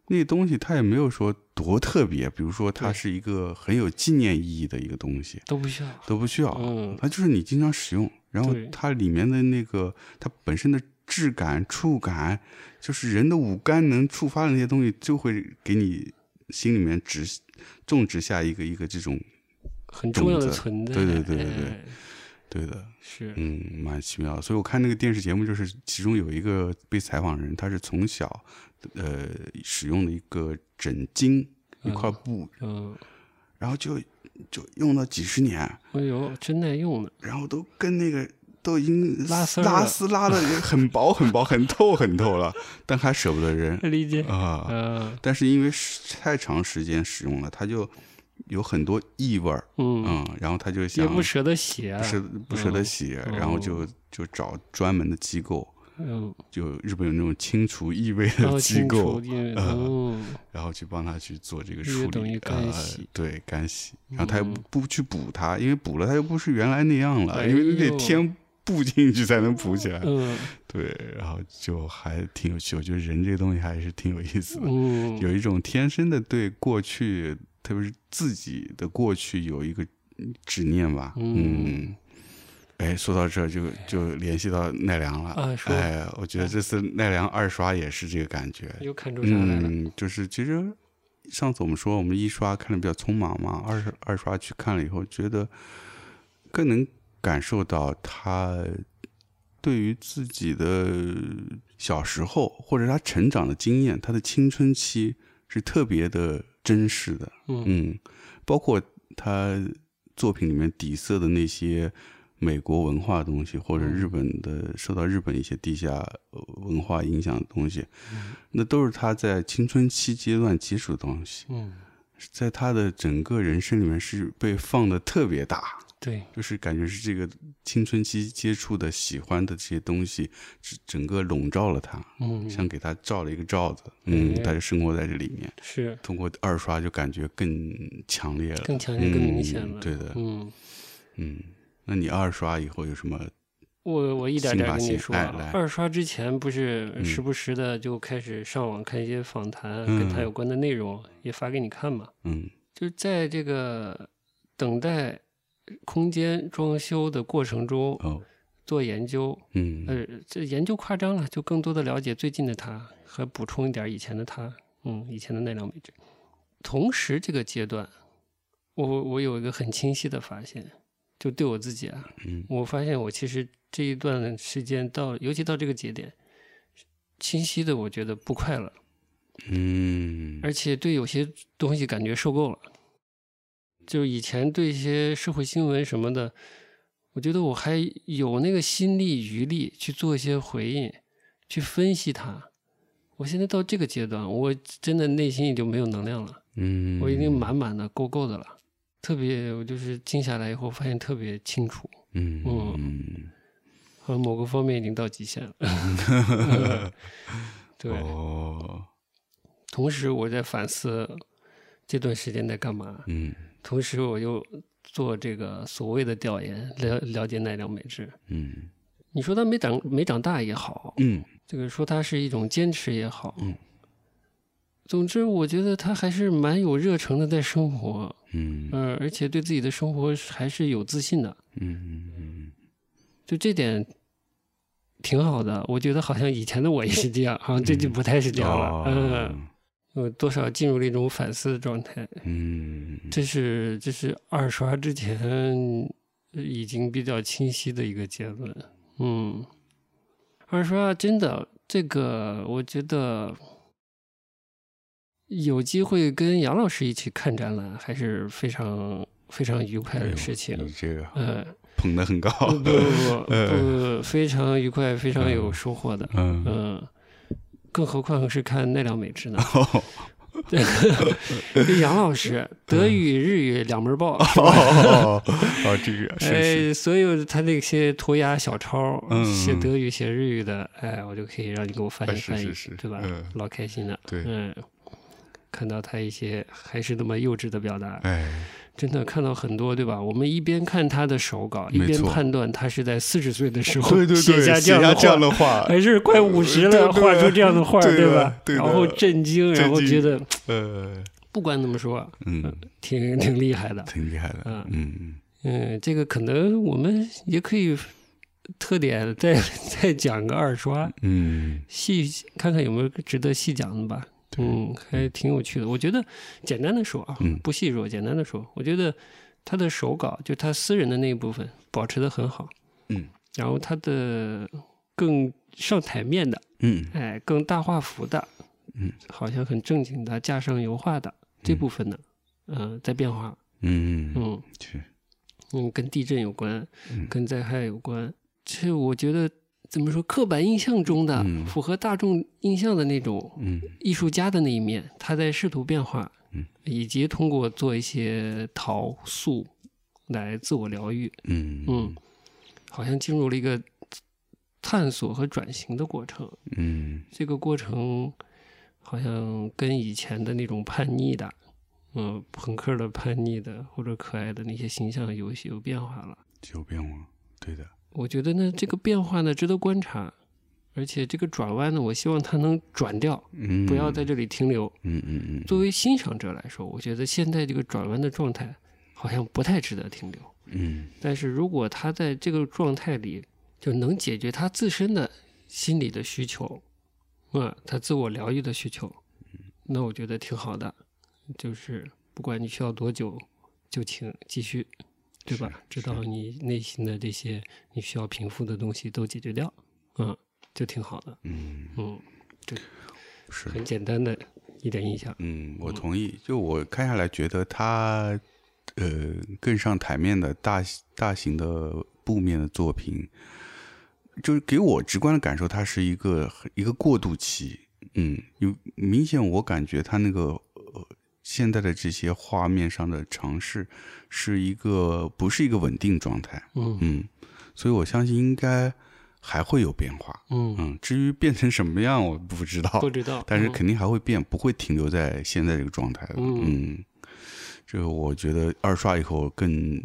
[SPEAKER 1] 那东西他也没有说多特别，比如说它
[SPEAKER 2] 对
[SPEAKER 1] 是一个很有纪念意义的一个东西，
[SPEAKER 2] 都不需要，
[SPEAKER 1] 都不需要。
[SPEAKER 2] 嗯
[SPEAKER 1] 它就是你经常使用，然后
[SPEAKER 2] 对
[SPEAKER 1] 它里面的那个它本身的质感、触感，就是人的五官能触发的那些东西，就会给你心里面植种植下一个一个这种
[SPEAKER 2] 很重要的
[SPEAKER 1] 种子
[SPEAKER 2] 存在，
[SPEAKER 1] 对对对对对
[SPEAKER 2] 哎
[SPEAKER 1] 对的，
[SPEAKER 2] 是，
[SPEAKER 1] 嗯，蛮奇妙的。所以我看那个电视节目，就是其中有一个被采访人，他是从小呃使用的一个枕巾一块布，
[SPEAKER 2] 嗯，
[SPEAKER 1] 然后就就用了几十年。
[SPEAKER 2] 哎呦，真耐用呢，
[SPEAKER 1] 然后都跟那个都已经
[SPEAKER 2] 拉丝儿
[SPEAKER 1] 拉
[SPEAKER 2] 了
[SPEAKER 1] 丝拉的很薄很薄很透很透了，但还舍不得 扔
[SPEAKER 2] 理解，
[SPEAKER 1] 啊、
[SPEAKER 2] 嗯
[SPEAKER 1] 但是因为时太长时间使用了，它就有很多异味儿，
[SPEAKER 2] 嗯，
[SPEAKER 1] 嗯，然后他就
[SPEAKER 2] 也
[SPEAKER 1] 想
[SPEAKER 2] 不舍得哦洗啊
[SPEAKER 1] 不，舍不舍得洗，然后就就找专门的机构，
[SPEAKER 2] 嗯，
[SPEAKER 1] 就日本有那种清除异味
[SPEAKER 2] 然
[SPEAKER 1] 的
[SPEAKER 2] 后
[SPEAKER 1] 机
[SPEAKER 2] 哦清
[SPEAKER 1] 构
[SPEAKER 2] 除，因为
[SPEAKER 1] 呃
[SPEAKER 2] 嗯。
[SPEAKER 1] 然后去帮他去做这个
[SPEAKER 2] 因
[SPEAKER 1] 处
[SPEAKER 2] 为
[SPEAKER 1] 理，
[SPEAKER 2] 等于干
[SPEAKER 1] 呃
[SPEAKER 2] 洗
[SPEAKER 1] 对干洗，然后他也
[SPEAKER 2] 嗯
[SPEAKER 1] 不去补它，因为补了它又不是原来那样了，
[SPEAKER 2] 哎
[SPEAKER 1] 因为那得
[SPEAKER 2] 呦
[SPEAKER 1] 添布进去才能补起来。
[SPEAKER 2] 嗯
[SPEAKER 1] 对，然后就还挺有趣，我觉得人这东西还是挺有意思的，
[SPEAKER 2] 嗯，
[SPEAKER 1] 有一种天生的对过去，特别是自己的过去有一个执念吧。
[SPEAKER 2] 嗯
[SPEAKER 1] 嗯，哎，说到这儿就就联系到奈良了。
[SPEAKER 2] 啊说
[SPEAKER 1] 哎，我觉得这次奈良二刷也是这个感觉，
[SPEAKER 2] 又看出啥来了？
[SPEAKER 1] 嗯，就是其实上次我们说我们一刷看的比较匆忙嘛，二二刷去看了以后，觉得更能感受到他对于自己的小时候或者他成长的经验，他的青春期是特别的真实的。
[SPEAKER 2] 嗯
[SPEAKER 1] 嗯，包括他作品里面底色的那些美国文化的东西，或者
[SPEAKER 2] 嗯
[SPEAKER 1] 日本的受到日本一些地下呃文化影响的东西
[SPEAKER 2] 嗯，
[SPEAKER 1] 那都是他在青春期阶段接触的东西，
[SPEAKER 2] 嗯，
[SPEAKER 1] 在他的整个人生里面是被放的特别大，
[SPEAKER 2] 对，
[SPEAKER 1] 就是感觉是这个青春期接触的、喜欢的这些东西，整整个笼罩了他，
[SPEAKER 2] 嗯，
[SPEAKER 1] 像给他罩了一个罩子，嗯，
[SPEAKER 2] 哎
[SPEAKER 1] 他就生活在这里面。
[SPEAKER 2] 是
[SPEAKER 1] 通过二刷就感觉更强烈了，
[SPEAKER 2] 更强烈、更明显
[SPEAKER 1] 呃嗯。
[SPEAKER 2] 了。
[SPEAKER 1] 对的，
[SPEAKER 2] 嗯，
[SPEAKER 1] 嗯。那你二刷以后有什么？
[SPEAKER 2] 我我一点点
[SPEAKER 1] 新发
[SPEAKER 2] 跟你
[SPEAKER 1] 现
[SPEAKER 2] 说
[SPEAKER 1] 哎
[SPEAKER 2] 啊
[SPEAKER 1] 来，
[SPEAKER 2] 二刷之前不是
[SPEAKER 1] 嗯
[SPEAKER 2] 时不时的就开始上网看一些访谈，
[SPEAKER 1] 嗯
[SPEAKER 2] 跟他有关的内容也发给你看嘛。
[SPEAKER 1] 嗯
[SPEAKER 2] 就是在这个等待空间装修的过程中
[SPEAKER 1] 哦
[SPEAKER 2] 做研究，
[SPEAKER 1] 嗯
[SPEAKER 2] 呃，这研究夸张了，就更多的了解最近的他，和补充一点以前的他，嗯，以前的奈良美智。同时，这个阶段，我我有一个很清晰的发现，就对我自己啊，
[SPEAKER 1] 嗯
[SPEAKER 2] 我发现我其实这一段时间到，尤其到这个节点，清晰的我觉得不快乐，
[SPEAKER 1] 嗯，
[SPEAKER 2] 而且对有些东西感觉受够了。就是以前对一些社会新闻什么的，我觉得我还有那个心力余力去做一些回应，去分析它。我现在到这个阶段，我真的内心已经没有能量了，
[SPEAKER 1] 嗯，
[SPEAKER 2] 我已经满满的、够够的了。特别，我就是静下来以后，发现特别清楚，
[SPEAKER 1] 嗯
[SPEAKER 2] 嗯
[SPEAKER 1] 嗯
[SPEAKER 2] 好像某个方面已经到极限了。 嗯对，
[SPEAKER 1] 哦
[SPEAKER 2] 同时我在反思这段时间在干嘛。
[SPEAKER 1] 嗯
[SPEAKER 2] 同时我又做这个所谓的调研，了了解奈良美智。
[SPEAKER 1] 嗯
[SPEAKER 2] 你说他没长没长大也好，
[SPEAKER 1] 嗯
[SPEAKER 2] 这个说他是一种坚持也好，
[SPEAKER 1] 嗯
[SPEAKER 2] 总之我觉得他还是蛮有热忱的在生活，
[SPEAKER 1] 嗯
[SPEAKER 2] 呃，而且对自己的生活是还是有自信的，
[SPEAKER 1] 嗯
[SPEAKER 2] 就这点。挺好的，我觉得好像以前的我也是这样，好像最近不太是这样了。嗯，
[SPEAKER 1] 嗯
[SPEAKER 2] 我多少进入了一种反思的状态。
[SPEAKER 1] 嗯
[SPEAKER 2] 这是这是二刷之前呃已经比较清晰的一个结论。嗯，二刷真的这个，我觉得有机会跟杨老师一起看展览，还是非常非常愉快
[SPEAKER 1] 哎呦
[SPEAKER 2] 的事情。嗯
[SPEAKER 1] 你这个
[SPEAKER 2] 呃，
[SPEAKER 1] 捧得很高，
[SPEAKER 2] 不不不
[SPEAKER 1] 呃
[SPEAKER 2] 不，非常愉快，非常有
[SPEAKER 1] 嗯
[SPEAKER 2] 收获的。
[SPEAKER 1] 嗯
[SPEAKER 2] 嗯、更何况是看奈良美 智呢？
[SPEAKER 1] 哦
[SPEAKER 2] 对，杨老师德
[SPEAKER 1] 嗯
[SPEAKER 2] 语、日语两门儿报，是吧
[SPEAKER 1] 哦哦，这个是
[SPEAKER 2] 哎，所有他那些涂鸦小抄，
[SPEAKER 1] 嗯
[SPEAKER 2] 写德语、写日语的，哎，我就可以让你给我翻
[SPEAKER 1] 哎
[SPEAKER 2] 译
[SPEAKER 1] 是
[SPEAKER 2] 翻译，
[SPEAKER 1] 是是
[SPEAKER 2] 对吧？
[SPEAKER 1] 嗯
[SPEAKER 2] 老开心了。
[SPEAKER 1] 对
[SPEAKER 2] 嗯，看到他一些还是那么幼稚的表达，
[SPEAKER 1] 哎
[SPEAKER 2] 真的看到很多，对吧？我们一边看他的手稿，一
[SPEAKER 1] 没
[SPEAKER 2] 边
[SPEAKER 1] 错
[SPEAKER 2] 判断他是在四十岁的时候
[SPEAKER 1] 对对对，
[SPEAKER 2] 嗯写下
[SPEAKER 1] 这
[SPEAKER 2] 这样的话，哎
[SPEAKER 1] 样的话，
[SPEAKER 2] 还是快五十了，
[SPEAKER 1] 对对
[SPEAKER 2] 画出这样的画，
[SPEAKER 1] 对的
[SPEAKER 2] 吧？
[SPEAKER 1] 对的
[SPEAKER 2] 然后震惊，然后
[SPEAKER 1] 震
[SPEAKER 2] 觉
[SPEAKER 1] 惊
[SPEAKER 2] 得
[SPEAKER 1] 呃
[SPEAKER 2] 不管怎么说，
[SPEAKER 1] 嗯。
[SPEAKER 2] 挺挺厉害的。
[SPEAKER 1] 挺厉害的，
[SPEAKER 2] 嗯
[SPEAKER 1] 嗯
[SPEAKER 2] 嗯，这个可能我们也可以特点再再讲个二刷，
[SPEAKER 1] 嗯
[SPEAKER 2] 细看看有没有值得细讲的吧。嗯，还挺有趣的。我觉得简单的说啊，
[SPEAKER 1] 嗯
[SPEAKER 2] 不细说，简单的说，我觉得他的手稿就他私人的那一部分保持的很好，
[SPEAKER 1] 嗯
[SPEAKER 2] 然后他的更上台面的，
[SPEAKER 1] 嗯
[SPEAKER 2] 哎，更大画幅的，
[SPEAKER 1] 嗯，
[SPEAKER 2] 好像很正经的架上油画的这部分呢，嗯、在变化，
[SPEAKER 1] 嗯嗯，
[SPEAKER 2] 嗯。
[SPEAKER 1] 去，
[SPEAKER 2] 嗯，跟地震有关
[SPEAKER 1] 嗯，
[SPEAKER 2] 跟灾害有关。这我觉得怎么说，刻板印象中的、
[SPEAKER 1] 嗯
[SPEAKER 2] 符合大众印象的那种
[SPEAKER 1] 嗯
[SPEAKER 2] 艺术家的那一面，他在试图变化，
[SPEAKER 1] 嗯
[SPEAKER 2] 以及通过做一些陶塑来自我疗愈，
[SPEAKER 1] 嗯
[SPEAKER 2] 嗯，好像进入了一个探索和转型的过程。
[SPEAKER 1] 嗯
[SPEAKER 2] 这个过程好像跟以前的那种叛逆的，嗯、朋克的叛逆的或者可爱的那些形象有有变化了。
[SPEAKER 1] 有变化，对的，
[SPEAKER 2] 我觉得呢，这个变化呢值得观察，而且这个转弯呢，我希望它能转掉，
[SPEAKER 1] 嗯，
[SPEAKER 2] 不要在这里停留。
[SPEAKER 1] 嗯嗯嗯，
[SPEAKER 2] 作为欣赏者来说，我觉得现在这个转弯的状态好像不太值得停留。
[SPEAKER 1] 嗯
[SPEAKER 2] 但是如果他在这个状态里就能解决他自身的心理的需求，啊，他自我疗愈的需求，那我觉得挺好的。就是不管你需要多久，就请继续，对吧
[SPEAKER 1] 是？
[SPEAKER 2] 直到你内心的这些你需要平复的东西都解决掉，嗯，就挺好的，
[SPEAKER 1] 嗯，
[SPEAKER 2] 嗯，
[SPEAKER 1] 是，
[SPEAKER 2] 很简单的一点印象，
[SPEAKER 1] 嗯，我同意。就我看下来，觉得他呃更上台面的大大型的布面的作品，就是给我直观的感受，它是一个一个过渡期。嗯，有明显我感觉他那个呃现在的这些画面上的尝试，是一个不是一个稳定状态。
[SPEAKER 2] 嗯
[SPEAKER 1] 嗯，所以我相信应该还会有变化。
[SPEAKER 2] 嗯，
[SPEAKER 1] 嗯，至于变成什么样，我不知道。
[SPEAKER 2] 不知道，
[SPEAKER 1] 但是
[SPEAKER 2] 嗯
[SPEAKER 1] 肯定还会变，不会停留在现在这个状态的。
[SPEAKER 2] 嗯
[SPEAKER 1] 嗯，这个我觉得二刷以后更，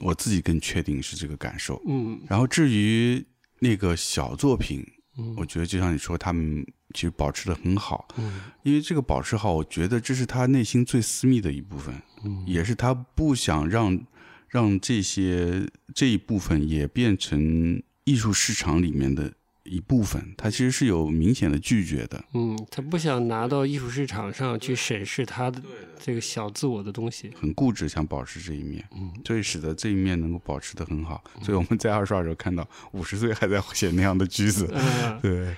[SPEAKER 1] 我自己更确定是这个感受。
[SPEAKER 2] 嗯
[SPEAKER 1] 然后至于那个小作品，
[SPEAKER 2] 嗯
[SPEAKER 1] 我觉得就像你说，他们其实保持的很好，
[SPEAKER 2] 嗯
[SPEAKER 1] 因为这个保持好，我觉得这是他内心最私密的一部分，
[SPEAKER 2] 嗯
[SPEAKER 1] 也是他不想让让这些这一部分也变成艺术市场里面的一部分，他其实是有明显的拒绝的。
[SPEAKER 2] 嗯，他不想拿到艺术市场上去审视他的这个小自我的东 西，
[SPEAKER 1] 很固执，想保持这一面，
[SPEAKER 2] 嗯
[SPEAKER 1] 所以使得这一面能够保持的很好。所以我们在二刷的时候看到五十岁还在写那样的句子，
[SPEAKER 2] 啊，
[SPEAKER 1] 对，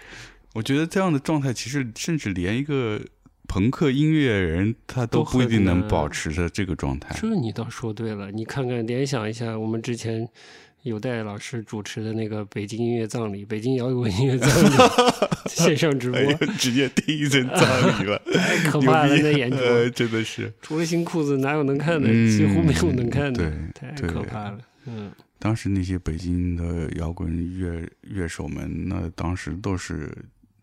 [SPEAKER 1] 我觉得这样的状态其实甚至连一个朋克音乐人他都
[SPEAKER 2] 都
[SPEAKER 1] 不一定
[SPEAKER 2] 很
[SPEAKER 1] 能
[SPEAKER 2] 难
[SPEAKER 1] 保持着这个状态。
[SPEAKER 2] 这你倒说对了，你看看联想一下我们之前。有戴老师主持的那个北京音乐葬礼，北京摇滚音乐葬 礼线上直 播，
[SPEAKER 1] 哎呀，直接第一 阵葬礼了，
[SPEAKER 2] 太可
[SPEAKER 1] 牛
[SPEAKER 2] 怕了！
[SPEAKER 1] 逼
[SPEAKER 2] 那演出，
[SPEAKER 1] 呃，真的是。
[SPEAKER 2] 除了新裤子，哪有能看的？
[SPEAKER 1] 嗯
[SPEAKER 2] 几乎没有能看的，
[SPEAKER 1] 对
[SPEAKER 2] 太
[SPEAKER 1] 对
[SPEAKER 2] 可怕了。嗯
[SPEAKER 1] 当时那些北京的摇滚乐乐手们，那当时都是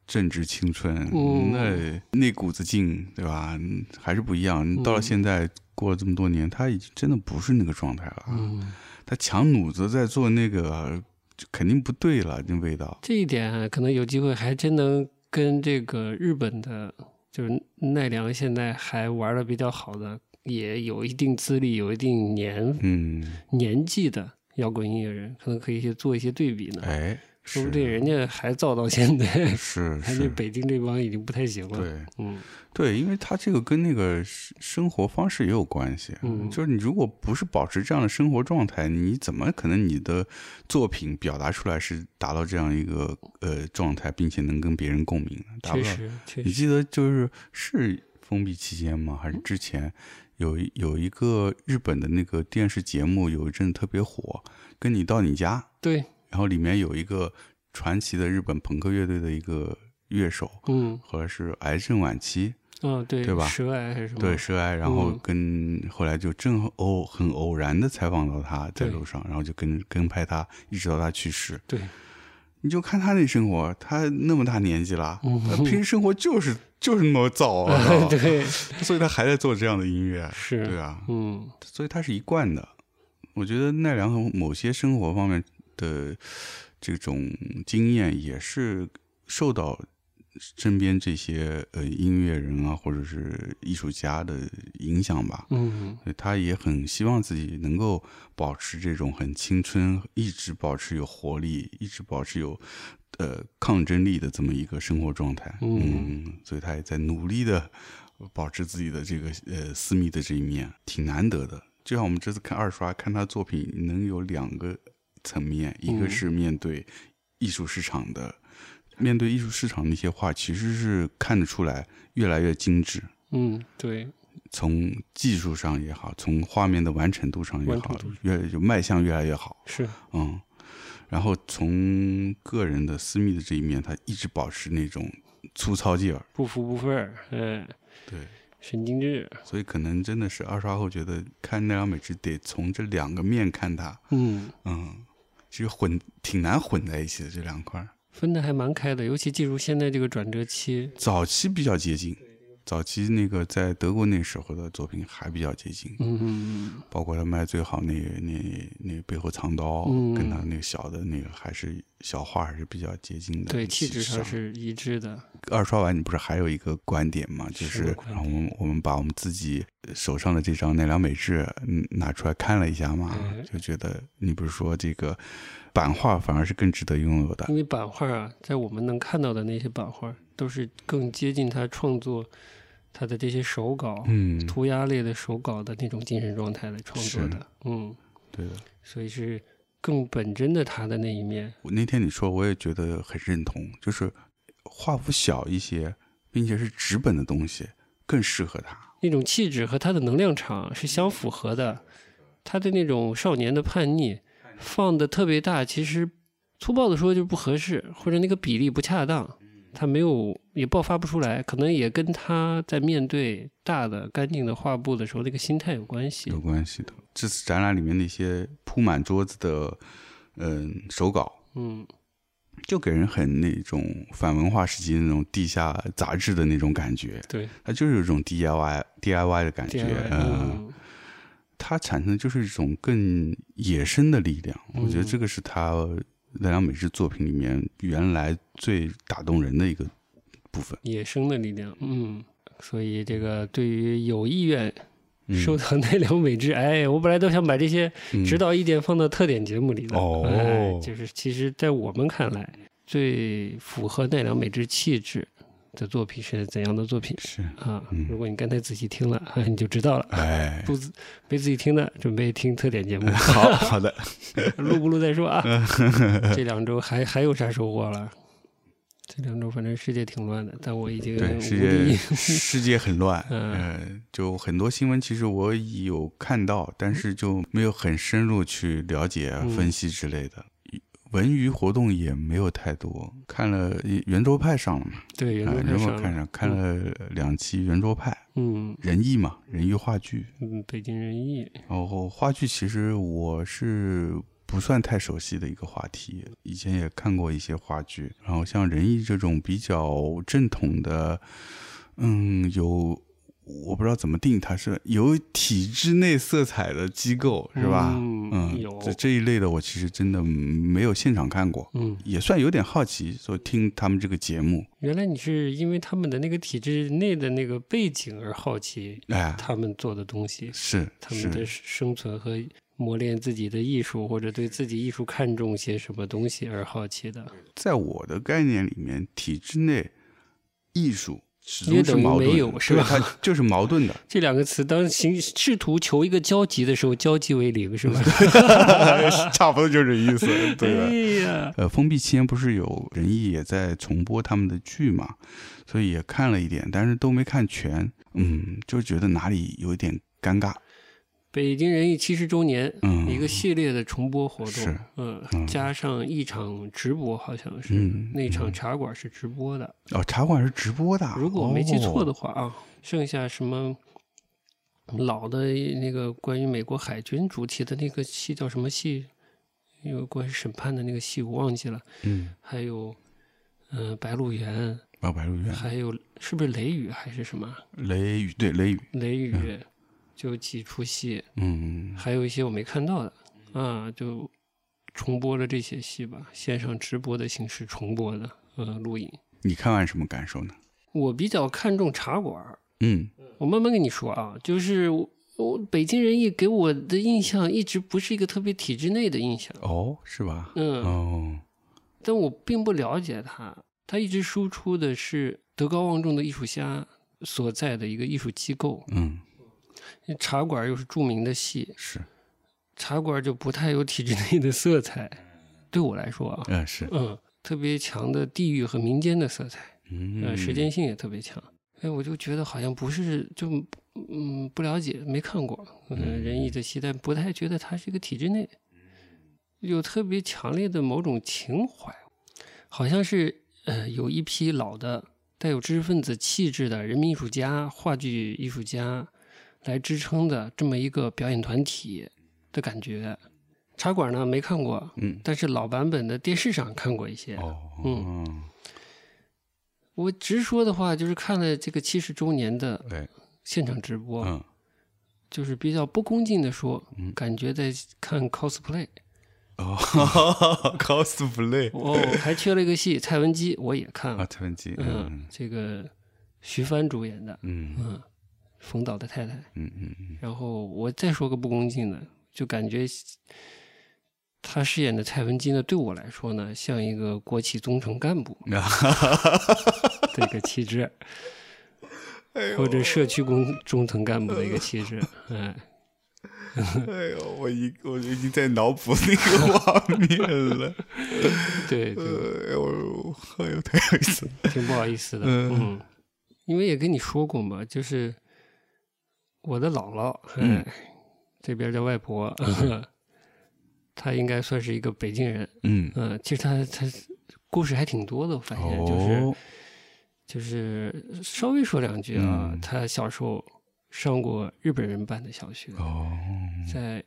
[SPEAKER 1] 正值青春，
[SPEAKER 2] 嗯
[SPEAKER 1] 那那股子劲，对吧？嗯还是不一样。到了现在，过了这么多年，他已经真的不是那个状态了。
[SPEAKER 2] 嗯，
[SPEAKER 1] 他强弩子在做那个，就肯定不对了，那味道。
[SPEAKER 2] 这一点啊可能有机会还真能跟这个日本的，就是奈良现在还玩的比较好的，也有一定资历、有一定年
[SPEAKER 1] 嗯，
[SPEAKER 2] 年纪的摇滚音乐人，可能可以去做一些对比呢。
[SPEAKER 1] 哎，
[SPEAKER 2] 说
[SPEAKER 1] 是
[SPEAKER 2] 不定人家还造到现在，
[SPEAKER 1] 是
[SPEAKER 2] 他这
[SPEAKER 1] 是，
[SPEAKER 2] 北京这帮已经不太行了。
[SPEAKER 1] 对。
[SPEAKER 2] 嗯
[SPEAKER 1] 对，因为他这个跟那个生生活方式也有关系。
[SPEAKER 2] 嗯
[SPEAKER 1] 就是你如果不是保持这样的生活状态，你怎么可能你的作品表达出来是达到这样一个呃状态，并且能跟别人共鸣呢？达不
[SPEAKER 2] 确
[SPEAKER 1] 到。
[SPEAKER 2] 实确
[SPEAKER 1] 你
[SPEAKER 2] 实，
[SPEAKER 1] 记得就是是封闭期间吗？还是之前有一有一个日本的那个电视节目有一阵特别火，跟你到你家，
[SPEAKER 2] 对，
[SPEAKER 1] 然后里面有一个传奇的日本朋克乐队的一个乐手，
[SPEAKER 2] 嗯
[SPEAKER 1] 后来是癌症晚期。
[SPEAKER 2] 啊对，
[SPEAKER 1] 对吧
[SPEAKER 2] 舌癌还是什么？
[SPEAKER 1] 对，涉癌，然后
[SPEAKER 2] 嗯
[SPEAKER 1] 跟后来就正偶很偶然的采访到他在
[SPEAKER 2] 对
[SPEAKER 1] 路上，然后就跟跟拍他，一直到他去世。
[SPEAKER 2] 对，
[SPEAKER 1] 你就看他那生活，他那么大年纪了，
[SPEAKER 2] 嗯，
[SPEAKER 1] 他平时生活就是就是那么燥啊
[SPEAKER 2] 对，
[SPEAKER 1] 所以他还在做这样的音乐，
[SPEAKER 2] 是
[SPEAKER 1] 对啊，
[SPEAKER 2] 嗯
[SPEAKER 1] 所以他是一贯的。我觉得奈良和某些生活方面的这种经验，也是受到身边这些呃音乐人啊，或者是艺术家的影响吧。
[SPEAKER 2] 嗯
[SPEAKER 1] 所以他也很希望自己能够保持这种很青春，一直保持有活力，一直保持有呃抗争力的这么一个生活状态。
[SPEAKER 2] 嗯
[SPEAKER 1] 所以他也在努力的保持自己的这个呃私密的这一面，挺难得的。就像我们这次看二刷，看他作品能有两个层面，一个
[SPEAKER 2] 嗯
[SPEAKER 1] 是面对艺术市场的，面对艺术市场那些画，其实是看得出来越来越精致，
[SPEAKER 2] 嗯，对，
[SPEAKER 1] 从技术上也好，从画面的完成度上也
[SPEAKER 2] 完成
[SPEAKER 1] 好
[SPEAKER 2] 度，
[SPEAKER 1] 越就卖相越来越好，
[SPEAKER 2] 是，
[SPEAKER 1] 嗯。然后从个人的私密的这一面，他一直保持那种粗糙劲儿，
[SPEAKER 2] 不服不忿儿，嗯，
[SPEAKER 1] 对，
[SPEAKER 2] 神经质，
[SPEAKER 1] 所以可能真的是二刷后觉得看奈良美智得从这两个面看它，
[SPEAKER 2] 嗯，
[SPEAKER 1] 嗯，其实混挺难混在一起的这两块儿，
[SPEAKER 2] 分的还蛮开的，尤其进入现在这个转折期，
[SPEAKER 1] 早期比较接近，早期那个在德国那时候的作品还比较接近，
[SPEAKER 2] 嗯，
[SPEAKER 1] 包括他卖最好那那那背后藏刀，
[SPEAKER 2] 嗯
[SPEAKER 1] 跟他那个小的那个还是小画还是比较接近的。
[SPEAKER 2] 嗯对，气质上啊
[SPEAKER 1] 上
[SPEAKER 2] 是一致的，
[SPEAKER 1] 二刷完，你不是还有一个观点吗？就
[SPEAKER 2] 什么
[SPEAKER 1] 是啊
[SPEAKER 2] 观点
[SPEAKER 1] 我们我们把我们自己手上的这张奈良美智嗯拿出来看了一下嘛，
[SPEAKER 2] 嗯
[SPEAKER 1] 就觉得你不是说这个版画反而是更值得拥有的
[SPEAKER 2] 因。为版画啊，在我们能看到的那些版画，都是更接近他创作他的这些手稿。
[SPEAKER 1] 嗯，
[SPEAKER 2] 涂鸦类的手稿的那种精神状态来创作的，嗯，
[SPEAKER 1] 对的。
[SPEAKER 2] 所以是更本真的他的那一面。
[SPEAKER 1] 我那天你说，我也觉得很认同，就是画幅小一些，并且是纸本的东西更适合他。
[SPEAKER 2] 那种气质和他的能量场是相符合的。他的那种少年的叛逆放的特别大，其实粗暴的说就是不合适，或者那个比例不恰当，
[SPEAKER 1] 嗯
[SPEAKER 2] 他没有也爆发不出来，可能也跟他在面对大的干净的画布的时候那个心态有关系
[SPEAKER 1] 有。关系的。这次展览里面那些铺满桌子的，嗯，手稿，
[SPEAKER 2] 嗯，
[SPEAKER 1] 就给人很那种反文化时期那种地下杂志的那种感觉，
[SPEAKER 2] 对
[SPEAKER 1] 它就是有一种 DIY DIY 的感觉，
[SPEAKER 2] ，DIY，
[SPEAKER 1] 嗯，
[SPEAKER 2] 嗯，
[SPEAKER 1] 它产生的就是一种更野生的力量。我觉得
[SPEAKER 2] 嗯
[SPEAKER 1] 这个是他奈良美智作品里面原来最打动人的一个部分。
[SPEAKER 2] 野生的力量，嗯。所以这个对于有意愿
[SPEAKER 1] 嗯
[SPEAKER 2] 收到奈良美智，哎，我本来都想把这些指导意见放到特点节目里的。
[SPEAKER 1] 哦
[SPEAKER 2] 哎就是其实，在我们看来，最符合奈良美智气质的作品是怎样的作品
[SPEAKER 1] 是，
[SPEAKER 2] 啊
[SPEAKER 1] 嗯？
[SPEAKER 2] 如果你刚才仔细听了， 啊你就知道了。
[SPEAKER 1] 哎，，
[SPEAKER 2] 不仔没仔细听的，准备听特点节目
[SPEAKER 1] 好好的，
[SPEAKER 2] 录不录再说啊。
[SPEAKER 1] 嗯
[SPEAKER 2] 这两周还还有啥收获了？这两周反正世界挺乱的，但我已经
[SPEAKER 1] 对，世
[SPEAKER 2] 无
[SPEAKER 1] 界
[SPEAKER 2] 力。
[SPEAKER 1] 世界很乱，
[SPEAKER 2] 嗯
[SPEAKER 1] 呃，就很多新闻其实我有看到，但是就没有很深入去了解、啊
[SPEAKER 2] 嗯
[SPEAKER 1] 分析之类的。文娱活动也没有太多，看了呃圆桌派上了嘛，
[SPEAKER 2] 对，原
[SPEAKER 1] 啊，
[SPEAKER 2] 来
[SPEAKER 1] 圆
[SPEAKER 2] 上
[SPEAKER 1] 桌派上看了两期圆桌派，
[SPEAKER 2] 嗯
[SPEAKER 1] 人艺嘛，人艺话剧，
[SPEAKER 2] 嗯，北京人艺，
[SPEAKER 1] 然后话剧其实我是不算太熟悉的一个话题，以前也看过一些话剧，然后像仁义这种比较正统的，嗯，有我不知道怎么定它是有体制内色彩的机构是吧？
[SPEAKER 2] 嗯
[SPEAKER 1] 嗯
[SPEAKER 2] 有
[SPEAKER 1] 这这一类的我其实真的没有现场看过，
[SPEAKER 2] 嗯，
[SPEAKER 1] 也算有点好奇，所以听他们这个节目，
[SPEAKER 2] 原来你是因为他们的那个体制内的那个背景而好奇
[SPEAKER 1] 哎，
[SPEAKER 2] 他们做的东西，
[SPEAKER 1] 是
[SPEAKER 2] 他们的
[SPEAKER 1] 是
[SPEAKER 2] 生存和磨练自己的艺术，或者对自己艺术看重些什么东西而好奇的，
[SPEAKER 1] 在我的概念里面，体制内艺术始
[SPEAKER 2] 约
[SPEAKER 1] 终是
[SPEAKER 2] 等于
[SPEAKER 1] 矛盾的，
[SPEAKER 2] 没有是
[SPEAKER 1] 对
[SPEAKER 2] 吧。
[SPEAKER 1] 它就是矛盾的
[SPEAKER 2] 这两个词当行试图求一个交集的时候，交集为零，是吧？
[SPEAKER 1] 差不多就这意思， 对的。
[SPEAKER 2] 对 呀，
[SPEAKER 1] 呃，封闭期间不是有仁义也在重播他们的剧嘛，所以也看了一点，但是都没看全，嗯，就觉得哪里有一点尴尬，
[SPEAKER 2] 北京人艺七十周年。
[SPEAKER 1] 嗯，
[SPEAKER 2] 一个系列的重播活动
[SPEAKER 1] 是，嗯
[SPEAKER 2] 嗯，加上一场直播，好像是、
[SPEAKER 1] 嗯
[SPEAKER 2] 那场茶馆是直播的，
[SPEAKER 1] 哦，茶馆是直播的，啊
[SPEAKER 2] 如果我没记错的
[SPEAKER 1] 哦，
[SPEAKER 2] 话啊，剩下什么老的那个关于美国海军主题的那个戏叫什么戏？有关于审判的那个戏我忘记了，
[SPEAKER 1] 嗯，
[SPEAKER 2] 还有。嗯、白鹿原，
[SPEAKER 1] 白白鹿原，
[SPEAKER 2] 还有是不是雷雨还是什么
[SPEAKER 1] 雷雨对雷雨，
[SPEAKER 2] 雷雨，就几出戏，
[SPEAKER 1] 嗯，
[SPEAKER 2] 还有一些我没看到的啊，就重播了这些戏吧，线上直播的形式重播的，呃，录影。
[SPEAKER 1] 你看完什么感受呢？
[SPEAKER 2] 我比较看重茶馆儿，
[SPEAKER 1] 嗯，
[SPEAKER 2] 我慢慢跟你说啊，就是我我北京人艺给我的印象一直不是一个特别体制内的印象，
[SPEAKER 1] 哦，是吧？
[SPEAKER 2] 嗯，
[SPEAKER 1] 哦，
[SPEAKER 2] 但我并不了解他，他一直输出的是德高望重的艺术家所在的一个艺术机构，
[SPEAKER 1] 嗯，
[SPEAKER 2] 茶馆又是著名的戏，
[SPEAKER 1] 是，
[SPEAKER 2] 茶馆就不太有体制内的色彩，对我来说啊，
[SPEAKER 1] 嗯、是，
[SPEAKER 2] 嗯，特别强的地域和民间的色彩。呃，
[SPEAKER 1] 嗯，
[SPEAKER 2] 时间性也特别强。哎，我就觉得好像不是就嗯不了解，没看过，嗯，仁义的戏，但不太觉得它是一个体制内，
[SPEAKER 1] 嗯
[SPEAKER 2] 有特别强烈的某种情怀，好像是呃有一批老的带有知识分子气质的人民艺术家、话剧艺术家来支撑的这么一个表演团体的感觉。茶馆呢没看过，
[SPEAKER 1] 嗯，
[SPEAKER 2] 但是老版本的电视上看过一些，
[SPEAKER 1] 哦，
[SPEAKER 2] 嗯，我直说的话，就是看了这个七十周年的
[SPEAKER 1] 对，
[SPEAKER 2] 现场直播，
[SPEAKER 1] 嗯，
[SPEAKER 2] 就是比较不恭敬的说，
[SPEAKER 1] 嗯
[SPEAKER 2] 感觉在看 cosplay。
[SPEAKER 1] 哦，cosplay
[SPEAKER 2] 哦，还缺了一个戏，蔡文姬我也看了，
[SPEAKER 1] 啊，蔡文姬，
[SPEAKER 2] 嗯
[SPEAKER 1] 嗯，
[SPEAKER 2] 这个徐帆主演的，
[SPEAKER 1] 嗯
[SPEAKER 2] 嗯，冯导的太太。
[SPEAKER 1] 嗯嗯嗯，
[SPEAKER 2] 然后我再说个不恭敬的，就感觉他饰演的蔡文姬呢，对我来说呢，像一个国企中层干部
[SPEAKER 1] 啊
[SPEAKER 2] 的一个气质，或者社区工中层干部的一个气质，哎，
[SPEAKER 1] 哎呦，我已我已经在脑补那 个画面了，
[SPEAKER 2] 对，对
[SPEAKER 1] 呃，我哎呦太有意思了，
[SPEAKER 2] 挺不好意思的，
[SPEAKER 1] 嗯
[SPEAKER 2] 嗯，因为也跟你说过嘛，就是我的姥姥，
[SPEAKER 1] 嗯
[SPEAKER 2] 哎，这边叫外婆， 她应该算是一个北京人，
[SPEAKER 1] 嗯，
[SPEAKER 2] 嗯，其实她她故事还挺多的，我发现就是
[SPEAKER 1] 哦，
[SPEAKER 2] 就是稍微说两句啊
[SPEAKER 1] 嗯，
[SPEAKER 2] 她小时候上过日本人办的小学，
[SPEAKER 1] 哦，嗯
[SPEAKER 2] 在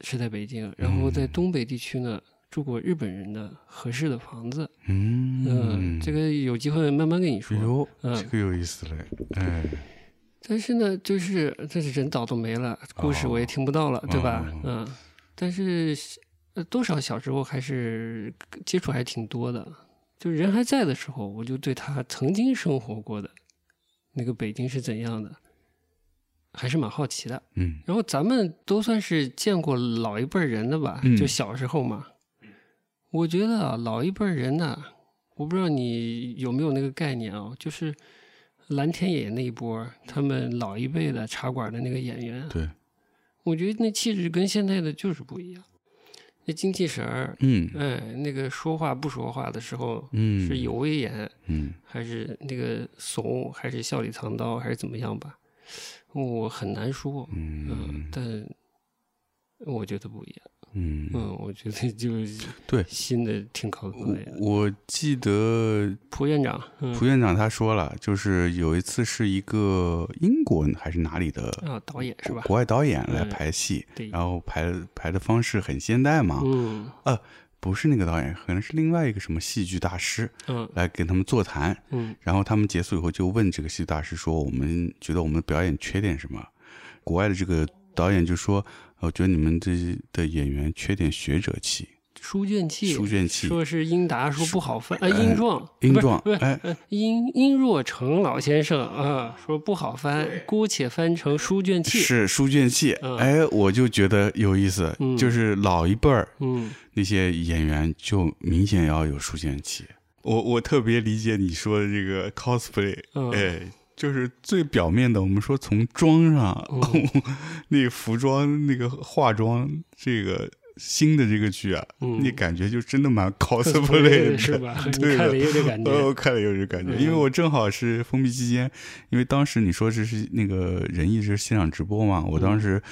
[SPEAKER 2] 是在北京，然后在东北地区呢住过日本人的合适的房子，
[SPEAKER 1] 嗯
[SPEAKER 2] 嗯，，这个有机会慢慢跟你说。
[SPEAKER 1] 哟，
[SPEAKER 2] 嗯
[SPEAKER 1] 这个有意思嘞，哎，
[SPEAKER 2] 但是呢，就是但是人早都没了，故事我也听不到了，对吧？嗯，但是呃，多少小时候还是接触还挺多的，就是人还在的时候，我就对他曾经生活过的那个北京是怎样的，还是蛮好奇的。
[SPEAKER 1] 嗯
[SPEAKER 2] 然后咱们都算是见过老一辈儿人的吧，
[SPEAKER 1] 嗯
[SPEAKER 2] 就小时候嘛。我觉得啊，老一辈儿人呐，我不知道你有没有那个概念啊，就是蓝天野那一波儿，他们老一辈的茶馆的那个演员，
[SPEAKER 1] 对，
[SPEAKER 2] 我觉得那气质跟现在的就是不一样。那精气神儿，
[SPEAKER 1] 嗯
[SPEAKER 2] 哎，那个说话不说话的时候
[SPEAKER 1] 嗯，
[SPEAKER 2] 是有威严，
[SPEAKER 1] 嗯
[SPEAKER 2] 还是那个怂，还是笑里藏刀，还是怎么样吧，我很难说。嗯
[SPEAKER 1] 嗯，
[SPEAKER 2] 但我觉得不一样。
[SPEAKER 1] 嗯，
[SPEAKER 2] 嗯，我觉得就是
[SPEAKER 1] 对
[SPEAKER 2] 新的挺靠谱的呀。
[SPEAKER 1] 我我记得
[SPEAKER 2] 蒲院长，嗯
[SPEAKER 1] 蒲院长他说了，就是有一次是一个英国还是哪里的
[SPEAKER 2] 啊，导演是吧？
[SPEAKER 1] 国外导演来
[SPEAKER 2] 嗯
[SPEAKER 1] 排戏，
[SPEAKER 2] 对
[SPEAKER 1] 然后排排的方式很现代嘛，
[SPEAKER 2] 嗯
[SPEAKER 1] 不是那个导演，可能是另外一个什么戏剧大师
[SPEAKER 2] 嗯
[SPEAKER 1] 来给他们座谈，
[SPEAKER 2] 嗯
[SPEAKER 1] 然后他们结束以后就问这个戏剧大师说，我们觉得我们的表演缺点什么？国外的这个导演就说，呃我觉得你们这的演员缺点学者气、
[SPEAKER 2] 书卷气，
[SPEAKER 1] 书卷气、
[SPEAKER 2] 说是英达说不好翻，啊，英壮，
[SPEAKER 1] 音
[SPEAKER 2] 不是
[SPEAKER 1] 状
[SPEAKER 2] 不，是
[SPEAKER 1] 哎，
[SPEAKER 2] 呃殷殷若成老先生啊，说不好翻，姑且翻成书卷气。
[SPEAKER 1] 是书卷气。
[SPEAKER 2] 嗯
[SPEAKER 1] 哎，我就觉得有意思，
[SPEAKER 2] 嗯
[SPEAKER 1] 就是老一辈儿
[SPEAKER 2] 嗯
[SPEAKER 1] 那些演员就明显要有书卷气。我我特别理解你说的这个 cosplay，、
[SPEAKER 2] 嗯
[SPEAKER 1] 哎，就是最表面的，我们说从妆上，
[SPEAKER 2] 嗯
[SPEAKER 1] 那个服装、那个化妆，这个新的这个剧啊，
[SPEAKER 2] 嗯，
[SPEAKER 1] 那感觉就真的蛮
[SPEAKER 2] cosplay
[SPEAKER 1] cosplay 的，
[SPEAKER 2] 是吧？你
[SPEAKER 1] 对
[SPEAKER 2] 看
[SPEAKER 1] 的
[SPEAKER 2] 了有点感
[SPEAKER 1] 呃，
[SPEAKER 2] 觉
[SPEAKER 1] 我。看了有这感觉，因为
[SPEAKER 2] 嗯
[SPEAKER 1] 我正好是封闭期间，因为当时你说这是那个仁义是现场直播嘛，我
[SPEAKER 2] 嗯
[SPEAKER 1] 当时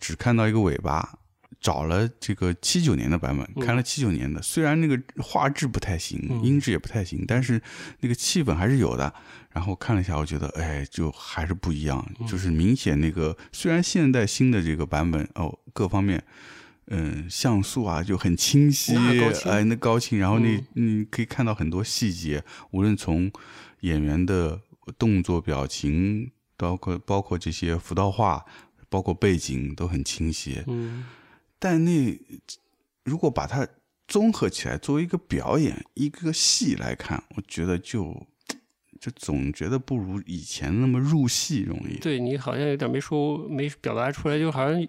[SPEAKER 1] 只看到一个尾巴，找了这个七九年的版本，
[SPEAKER 2] 嗯
[SPEAKER 1] 看了七九年的，虽然那个画质不太行，
[SPEAKER 2] 嗯
[SPEAKER 1] 音质也不太行，但是那个气氛还是有的。然后看了一下，我觉得哎，就还是不一样，
[SPEAKER 2] 嗯
[SPEAKER 1] 就是明显那个虽然现代新的这个版本哦，各方面。嗯，像素啊就很清晰
[SPEAKER 2] 那高，清
[SPEAKER 1] 哎，那高清，然后你
[SPEAKER 2] 嗯
[SPEAKER 1] 你可以看到很多细节，无论从演员的动作、表情，包括包括这些服道化，包括背景都很清晰。
[SPEAKER 2] 嗯
[SPEAKER 1] 但那如果把它综合起来，作为一个表演、一个戏来看，我觉得就就总觉得不如以前那么入戏容易。
[SPEAKER 2] 对你好像有点没说没表达出来，就好像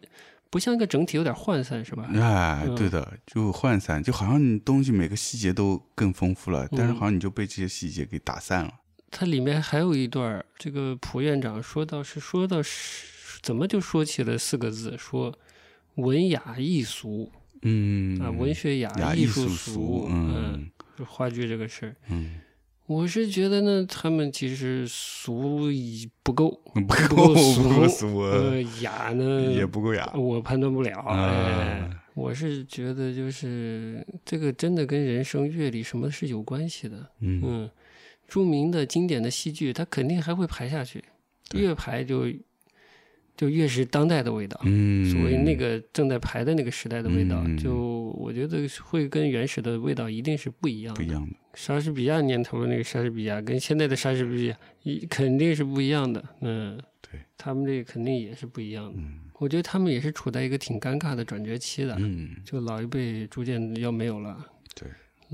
[SPEAKER 2] 不像一个整体，有点涣散是吧？
[SPEAKER 1] 哎，
[SPEAKER 2] 嗯
[SPEAKER 1] 对的，就涣散，就好像你东西每个细节都更丰富了，但是
[SPEAKER 2] 嗯
[SPEAKER 1] 好像你就被这些细节给打散了。
[SPEAKER 2] 它里面还有一段儿，这个蒲院长说到是说到是怎么就说起了四个字，说文雅艺俗
[SPEAKER 1] 嗯
[SPEAKER 2] 啊，文学雅，
[SPEAKER 1] 雅
[SPEAKER 2] 艺
[SPEAKER 1] 术
[SPEAKER 2] 俗，
[SPEAKER 1] 嗯
[SPEAKER 2] 就话剧这个事儿。
[SPEAKER 1] 嗯，
[SPEAKER 2] 我是觉得呢，他们其实俗已不够，
[SPEAKER 1] 不
[SPEAKER 2] 不
[SPEAKER 1] 够
[SPEAKER 2] 俗，
[SPEAKER 1] 不够俗
[SPEAKER 2] 呃，雅呢
[SPEAKER 1] 也不够雅。
[SPEAKER 2] 我判断不了。
[SPEAKER 1] 啊
[SPEAKER 2] 哎，我是觉得就是这个真的跟人生阅历什么是有关系的。
[SPEAKER 1] 嗯
[SPEAKER 2] 嗯，著名的经典的戏剧，它肯定还会排下去，
[SPEAKER 1] 对
[SPEAKER 2] 越排就就越是当代的味道。
[SPEAKER 1] 嗯，
[SPEAKER 2] 所谓那个正在排的那个时代的味道，
[SPEAKER 1] 嗯
[SPEAKER 2] 就我觉得会跟原始的味道一定是不一样
[SPEAKER 1] 不
[SPEAKER 2] 的
[SPEAKER 1] 一。样的。
[SPEAKER 2] 莎士比亚年头的那个莎士比亚，跟现在的莎士比亚一肯定是不一样的。嗯，
[SPEAKER 1] 对，
[SPEAKER 2] 他们这个肯定也是不一样的。
[SPEAKER 1] 嗯
[SPEAKER 2] 我觉得他们也是处在一个挺尴尬的转折期的，
[SPEAKER 1] 嗯，
[SPEAKER 2] 就老一辈逐渐要没有了。
[SPEAKER 1] 对，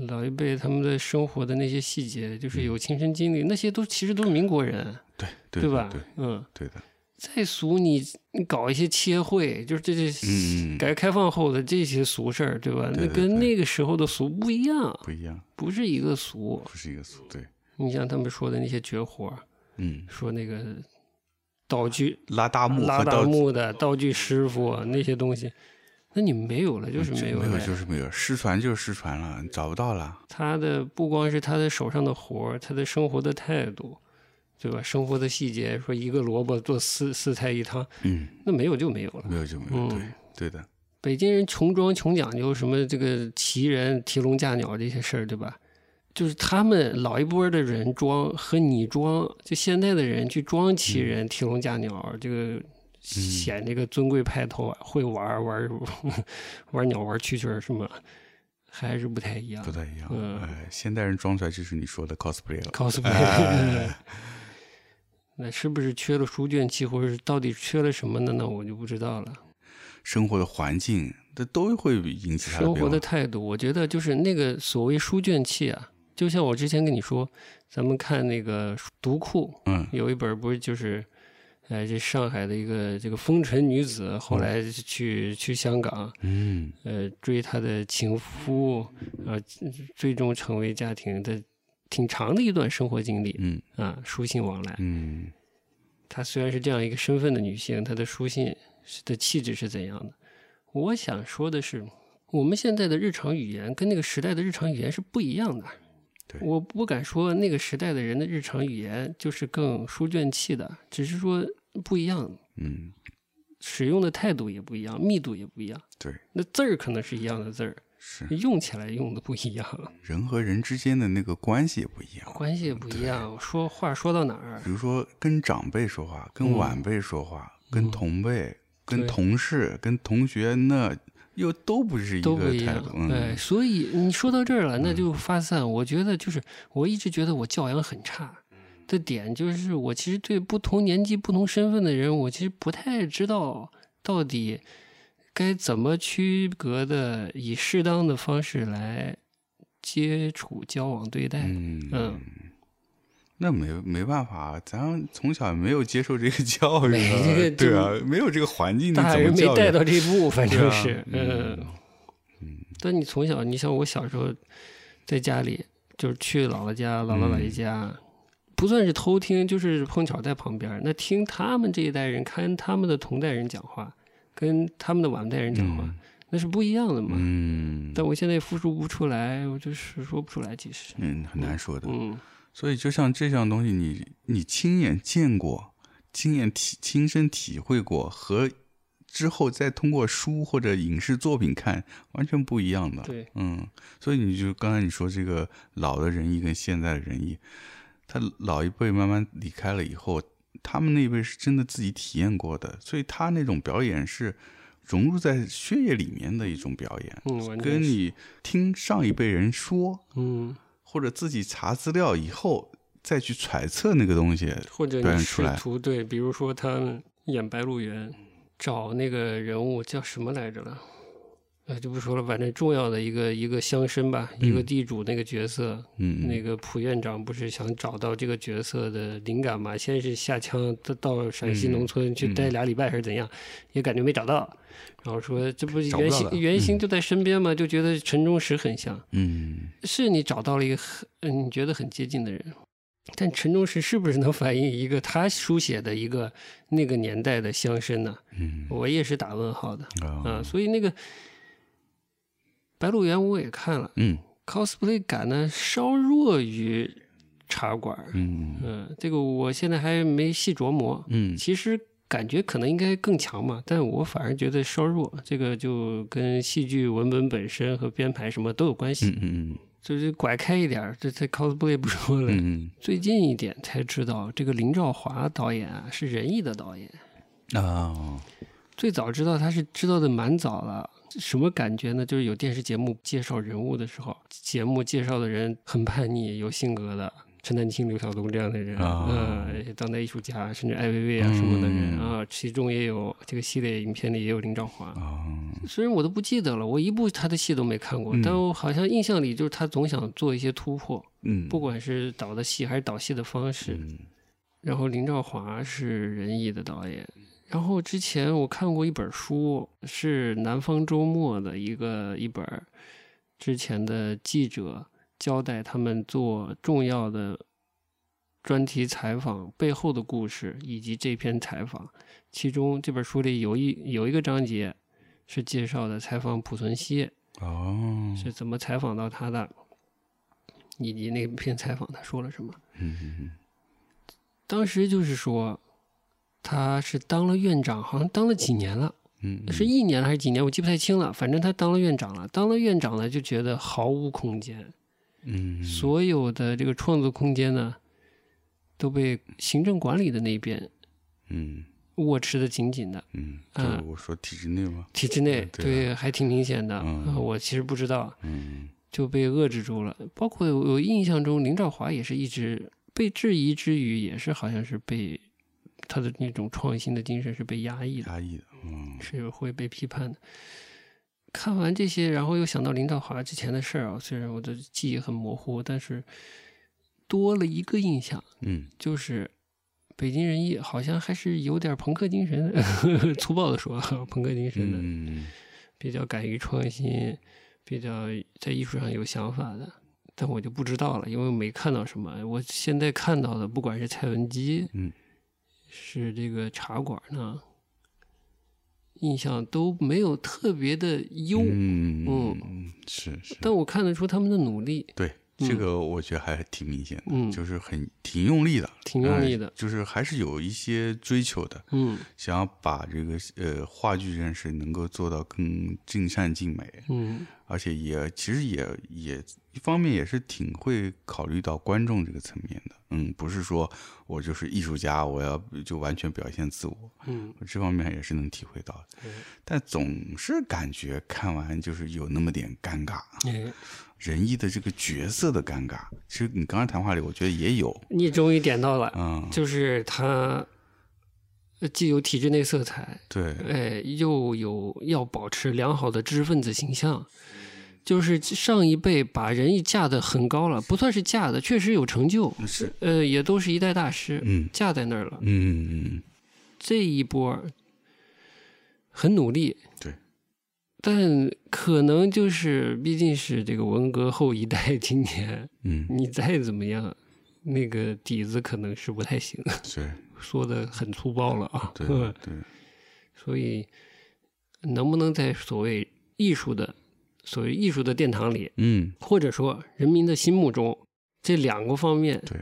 [SPEAKER 2] 老一辈他们的生活的那些细节，就是有亲身经历，那些都其实都是民国人，
[SPEAKER 1] 对嗯对
[SPEAKER 2] 对
[SPEAKER 1] 的
[SPEAKER 2] 吧？
[SPEAKER 1] 对
[SPEAKER 2] 嗯，
[SPEAKER 1] 对的，
[SPEAKER 2] 再俗你你搞一些切会，就是这
[SPEAKER 1] 嗯嗯嗯
[SPEAKER 2] 些改革开放后的这些俗事儿，对吧？
[SPEAKER 1] 对对
[SPEAKER 2] 那跟
[SPEAKER 1] 对
[SPEAKER 2] 那个时候的俗不一样，
[SPEAKER 1] 不一样，
[SPEAKER 2] 不是一个俗。
[SPEAKER 1] 不是一个俗。对，
[SPEAKER 2] 你像他们说的那些绝活儿，
[SPEAKER 1] 嗯
[SPEAKER 2] 说那个道具
[SPEAKER 1] 拉大幕
[SPEAKER 2] 拉
[SPEAKER 1] 和
[SPEAKER 2] 大
[SPEAKER 1] 道
[SPEAKER 2] 幕的道具师傅啊那些东西，那你没有了就是没
[SPEAKER 1] 没
[SPEAKER 2] 有
[SPEAKER 1] 有
[SPEAKER 2] 了。
[SPEAKER 1] 嗯就是没有，失传就是失传了，找不到了。
[SPEAKER 2] 他的不光是他的手上的活儿，他的生活的态度，对吧？生活的细节，说一个萝卜做四四菜一汤，
[SPEAKER 1] 嗯，
[SPEAKER 2] 那没有就没有了。
[SPEAKER 1] 没有就没有，对
[SPEAKER 2] 嗯
[SPEAKER 1] 对的，
[SPEAKER 2] 北京人穷装穷讲究，什么这个骑人、提笼架鸟这些事儿，对吧？就是他们老一波的人装和你装，就现在的人去装骑人、提笼架鸟，这个显这个尊贵派头啊，会玩儿 玩儿玩鸟、玩蛐蛐儿什么，还是不太一样
[SPEAKER 1] 不。太一样。
[SPEAKER 2] 嗯
[SPEAKER 1] 哎，现代人装出来就是你说的 cosplay 了。哎
[SPEAKER 2] cosplay，那是不是缺了书卷气，或者是到底缺了什么呢？那我就不知道了。
[SPEAKER 1] 生活的环境，这都会引起他的
[SPEAKER 2] 生
[SPEAKER 1] 变
[SPEAKER 2] 活
[SPEAKER 1] 化
[SPEAKER 2] 的。态度，我觉得就是那个所谓书卷气啊，就像我之前跟你说，咱们看那个书读库
[SPEAKER 1] 嗯
[SPEAKER 2] 有一本不是就是，呃，这上海的一个这个风尘女子，后来去去香港，
[SPEAKER 1] 嗯
[SPEAKER 2] 呃，追她的情夫，呃，最终成为家庭的挺长的一段生活经历
[SPEAKER 1] 嗯
[SPEAKER 2] 啊，书信往来。
[SPEAKER 1] 嗯
[SPEAKER 2] 她虽然是这样一个身份的女性，她的书信是的气质是怎样的？我想说的是，我们现在的日常语言跟那个时代的日常语言是不一样的
[SPEAKER 1] 对。
[SPEAKER 2] 我不敢说那个时代的人的日常语言就是更书卷气的，只是说不一样，
[SPEAKER 1] 嗯，
[SPEAKER 2] 使用的态度也不一样，密度也不一样。
[SPEAKER 1] 对，
[SPEAKER 2] 那字儿可能是一样的字儿，
[SPEAKER 1] 是
[SPEAKER 2] 用起来用的不一样，
[SPEAKER 1] 人和人之间的那个关系也不一样。
[SPEAKER 2] 关系也不一样，说话说到哪儿，
[SPEAKER 1] 比如说跟长辈说话，跟
[SPEAKER 2] 嗯
[SPEAKER 1] 晚辈说话，跟
[SPEAKER 2] 嗯
[SPEAKER 1] 同辈、跟
[SPEAKER 2] 对
[SPEAKER 1] 同事、跟同学，那又都不是一
[SPEAKER 2] 都不
[SPEAKER 1] 个
[SPEAKER 2] 一
[SPEAKER 1] 态
[SPEAKER 2] 样
[SPEAKER 1] 度。，
[SPEAKER 2] 哎，
[SPEAKER 1] 嗯，
[SPEAKER 2] 所以你说到这儿了，那就发散。我觉得就是，我一直觉得我教养很差
[SPEAKER 1] 嗯
[SPEAKER 2] 的点，就是我其实对不同年纪、不同身份的人，我其实不太知道到底该怎么区隔的，以适当的方式来接触、交往、对待。
[SPEAKER 1] 嗯
[SPEAKER 2] 嗯
[SPEAKER 1] 那没没办法，啊咱从小没有接受这个教育
[SPEAKER 2] 没
[SPEAKER 1] 啊，
[SPEAKER 2] 这个
[SPEAKER 1] 对
[SPEAKER 2] 就
[SPEAKER 1] 啊，没有这个环境，你怎
[SPEAKER 2] 大人
[SPEAKER 1] 么
[SPEAKER 2] 没
[SPEAKER 1] 教
[SPEAKER 2] 带
[SPEAKER 1] 育？
[SPEAKER 2] 到这一 步，反
[SPEAKER 1] 对
[SPEAKER 2] 正
[SPEAKER 1] 啊
[SPEAKER 2] 是，
[SPEAKER 1] 嗯
[SPEAKER 2] 嗯，但你从小，你像我小时候在家里，就是去姥姥家、姥姥
[SPEAKER 1] 嗯
[SPEAKER 2] 姥爷家，不算是偷听，就是碰巧在旁边儿，那听他们这一代人，看他们的同代人讲话，跟他们的晚代人讲话，
[SPEAKER 1] 嗯
[SPEAKER 2] 那是不一样的嘛。
[SPEAKER 1] 嗯
[SPEAKER 2] 但我现在也复述不出来，我就是说不出来，其实，
[SPEAKER 1] 嗯，很难说的。
[SPEAKER 2] 嗯，
[SPEAKER 1] 所以，就像这项东西你，你亲眼见过、亲眼体亲身体会过，和之后再通过书或者影视作品看，完全不一样的。
[SPEAKER 2] 对，
[SPEAKER 1] 嗯，所以你就刚才你说这个老的仁义跟现在的仁义，他老一辈慢慢离开了以后，他们那一辈是真的自己体验过的，所以他那种表演是融入在血液里面的一种表演，
[SPEAKER 2] 嗯，完全
[SPEAKER 1] 跟
[SPEAKER 2] 是，
[SPEAKER 1] 你听上一辈人说，
[SPEAKER 2] 嗯，
[SPEAKER 1] 或者自己查资料以后再去揣测那个东西，
[SPEAKER 2] 或者
[SPEAKER 1] 表
[SPEAKER 2] 你
[SPEAKER 1] 演出
[SPEAKER 2] 试
[SPEAKER 1] 来
[SPEAKER 2] 图对，比如说他们演《白鹿原》，找那个人物叫什么来着了，呃，就不说了，反正重要的一个一个乡绅吧，一个地主那个角色，
[SPEAKER 1] 嗯，
[SPEAKER 2] 那个蒲院长不是想找到这个角色的灵感嘛？先是下乡到到陕西
[SPEAKER 1] 嗯
[SPEAKER 2] 农村去待俩礼拜还是怎样，也感觉没找到，然后说这不
[SPEAKER 1] 找不
[SPEAKER 2] 原
[SPEAKER 1] 到
[SPEAKER 2] 型
[SPEAKER 1] 了
[SPEAKER 2] 原型就在身边嘛，就觉得陈忠实很像。
[SPEAKER 1] 嗯，
[SPEAKER 2] 是你找到了一个很嗯你觉得很接近的人，但陈忠实是不是能反映一个他书写的一个那个年代的乡绅呢？
[SPEAKER 1] 嗯
[SPEAKER 2] 我也是打问号的
[SPEAKER 1] 啊
[SPEAKER 2] 啊，所以那个《白鹿原》我也看了
[SPEAKER 1] 嗯
[SPEAKER 2] ，cosplay 感呢稍弱于茶馆儿，
[SPEAKER 1] 嗯
[SPEAKER 2] 嗯，这个我现在还没细琢磨，
[SPEAKER 1] 嗯
[SPEAKER 2] 其实感觉可能应该更强嘛，但我反而觉得稍弱，这个就跟戏剧文本本身和编排什么都有关系。
[SPEAKER 1] 嗯嗯
[SPEAKER 2] 就是拐开一点，儿，这这 cosplay 不说了。
[SPEAKER 1] 嗯
[SPEAKER 2] 最近一点才知道，这个林兆华导演啊是仁义的导演。
[SPEAKER 1] 嗯啊，
[SPEAKER 2] 最早知道他是知道的蛮早了，什么感觉呢？就是有电视节目介绍人物的时候，节目介绍的人很叛逆、有性格的，陈丹青、刘晓东这样的人，
[SPEAKER 1] 啊嗯
[SPEAKER 2] 呃，当代艺术家，甚至艾薇薇啊什么的人、啊，其中也有这个系列影片里也有林兆华。
[SPEAKER 1] 啊，
[SPEAKER 2] 虽然我都不记得了，我一部他的戏都没看过，
[SPEAKER 1] 嗯
[SPEAKER 2] 但我好像印象里就是他总想做一些突破，
[SPEAKER 1] 嗯，
[SPEAKER 2] 不管是导的戏还是导戏的方式。
[SPEAKER 1] 嗯
[SPEAKER 2] 然后林兆华是仁义的导演。然后之前我看过一本书，是南方周末的一个一本儿之前的记者交代他们做重要的专题采访背后的故事，以及这篇采访。其中这本书里有一有一个章节是介绍的采访濮存昕
[SPEAKER 1] 哦，
[SPEAKER 2] 是怎么采访到他的，以及那篇采访他说了什么。
[SPEAKER 1] 嗯嗯嗯
[SPEAKER 2] 当时就是说，他是当了院长，好像当了几年了，
[SPEAKER 1] 嗯，嗯
[SPEAKER 2] 是一年还是几年，我记不太清了。反正他当了院长了，当了院长呢，就觉得毫无空间，
[SPEAKER 1] 嗯，
[SPEAKER 2] 所有的这个创作空间呢，都被行政管理的那边
[SPEAKER 1] 嗯
[SPEAKER 2] 握持的紧紧的。
[SPEAKER 1] 嗯，
[SPEAKER 2] 啊
[SPEAKER 1] 就是我说体制内嘛，
[SPEAKER 2] 体制内
[SPEAKER 1] 嗯对啊
[SPEAKER 2] 对还挺明显的，
[SPEAKER 1] 嗯
[SPEAKER 2] 呃我其实不知道
[SPEAKER 1] 嗯
[SPEAKER 2] 就被遏制住了。包括我印象中，林兆华也是一直被质疑之余，也是好像是被他的那种创新的精神是被压抑的，
[SPEAKER 1] 压抑的，嗯
[SPEAKER 2] 是会被批判的。看完这些，然后又想到林兆华之前的事儿啊，虽然我的记忆很模糊，但是多了一个印象，
[SPEAKER 1] 嗯
[SPEAKER 2] 就是北京人艺好像还是有点朋克精神， 粗暴的说啊，朋克精神的。
[SPEAKER 1] 嗯
[SPEAKER 2] 比较敢于创新，比较在艺术上有想法的，但我就不知道了，因为我没看到什么。我现在看到的，不管是蔡文姬，
[SPEAKER 1] 嗯，
[SPEAKER 2] 是这个茶馆呢，印象都没有特别的优，
[SPEAKER 1] 嗯嗯是是，
[SPEAKER 2] 但我看得出他们的努力，
[SPEAKER 1] 对这个我觉得还挺明显的，
[SPEAKER 2] 嗯
[SPEAKER 1] 就是很挺用力的，
[SPEAKER 2] 挺用力的
[SPEAKER 1] 哎就是还是有一些追求的，
[SPEAKER 2] 嗯
[SPEAKER 1] 想要把这个呃话剧这件事能够做到更尽善尽美，
[SPEAKER 2] 嗯
[SPEAKER 1] 而且也其实也也一方面也是挺会考虑到观众这个层面的，嗯，不是说我就是艺术家，我要就完全表现自我，
[SPEAKER 2] 嗯
[SPEAKER 1] 我这方面也是能体会到的
[SPEAKER 2] 嗯，
[SPEAKER 1] 但总是感觉看完就是有那么点尴尬，
[SPEAKER 2] 哎，
[SPEAKER 1] 仁义的这个角色的尴尬，其实你刚才谈话里我觉得也有，
[SPEAKER 2] 你终于点到了，
[SPEAKER 1] 嗯，
[SPEAKER 2] 就是他呃既有体制内色彩，
[SPEAKER 1] 对，
[SPEAKER 2] 哎，又有要保持良好的知识分子形象，
[SPEAKER 1] 嗯
[SPEAKER 2] 就是上一辈把仁义架得很高了，不算是架的，确实有成就，
[SPEAKER 1] 嗯是，
[SPEAKER 2] 呃，也都是一代大师，
[SPEAKER 1] 嗯
[SPEAKER 2] 架在那儿了。
[SPEAKER 1] 嗯嗯
[SPEAKER 2] 这一波儿很努力，
[SPEAKER 1] 对，
[SPEAKER 2] 但可能就是毕竟是这个文革后一代青年，
[SPEAKER 1] 嗯嗯，
[SPEAKER 2] 你再怎么样，那个底子可能是不太行，
[SPEAKER 1] 对
[SPEAKER 2] 说的很粗暴了啊，
[SPEAKER 1] 对
[SPEAKER 2] 嗯
[SPEAKER 1] 对，
[SPEAKER 2] 所以，能不能在所谓艺术的、所谓艺术的殿堂里，
[SPEAKER 1] 嗯
[SPEAKER 2] 或者说人民的心目中，这两个方面
[SPEAKER 1] 对，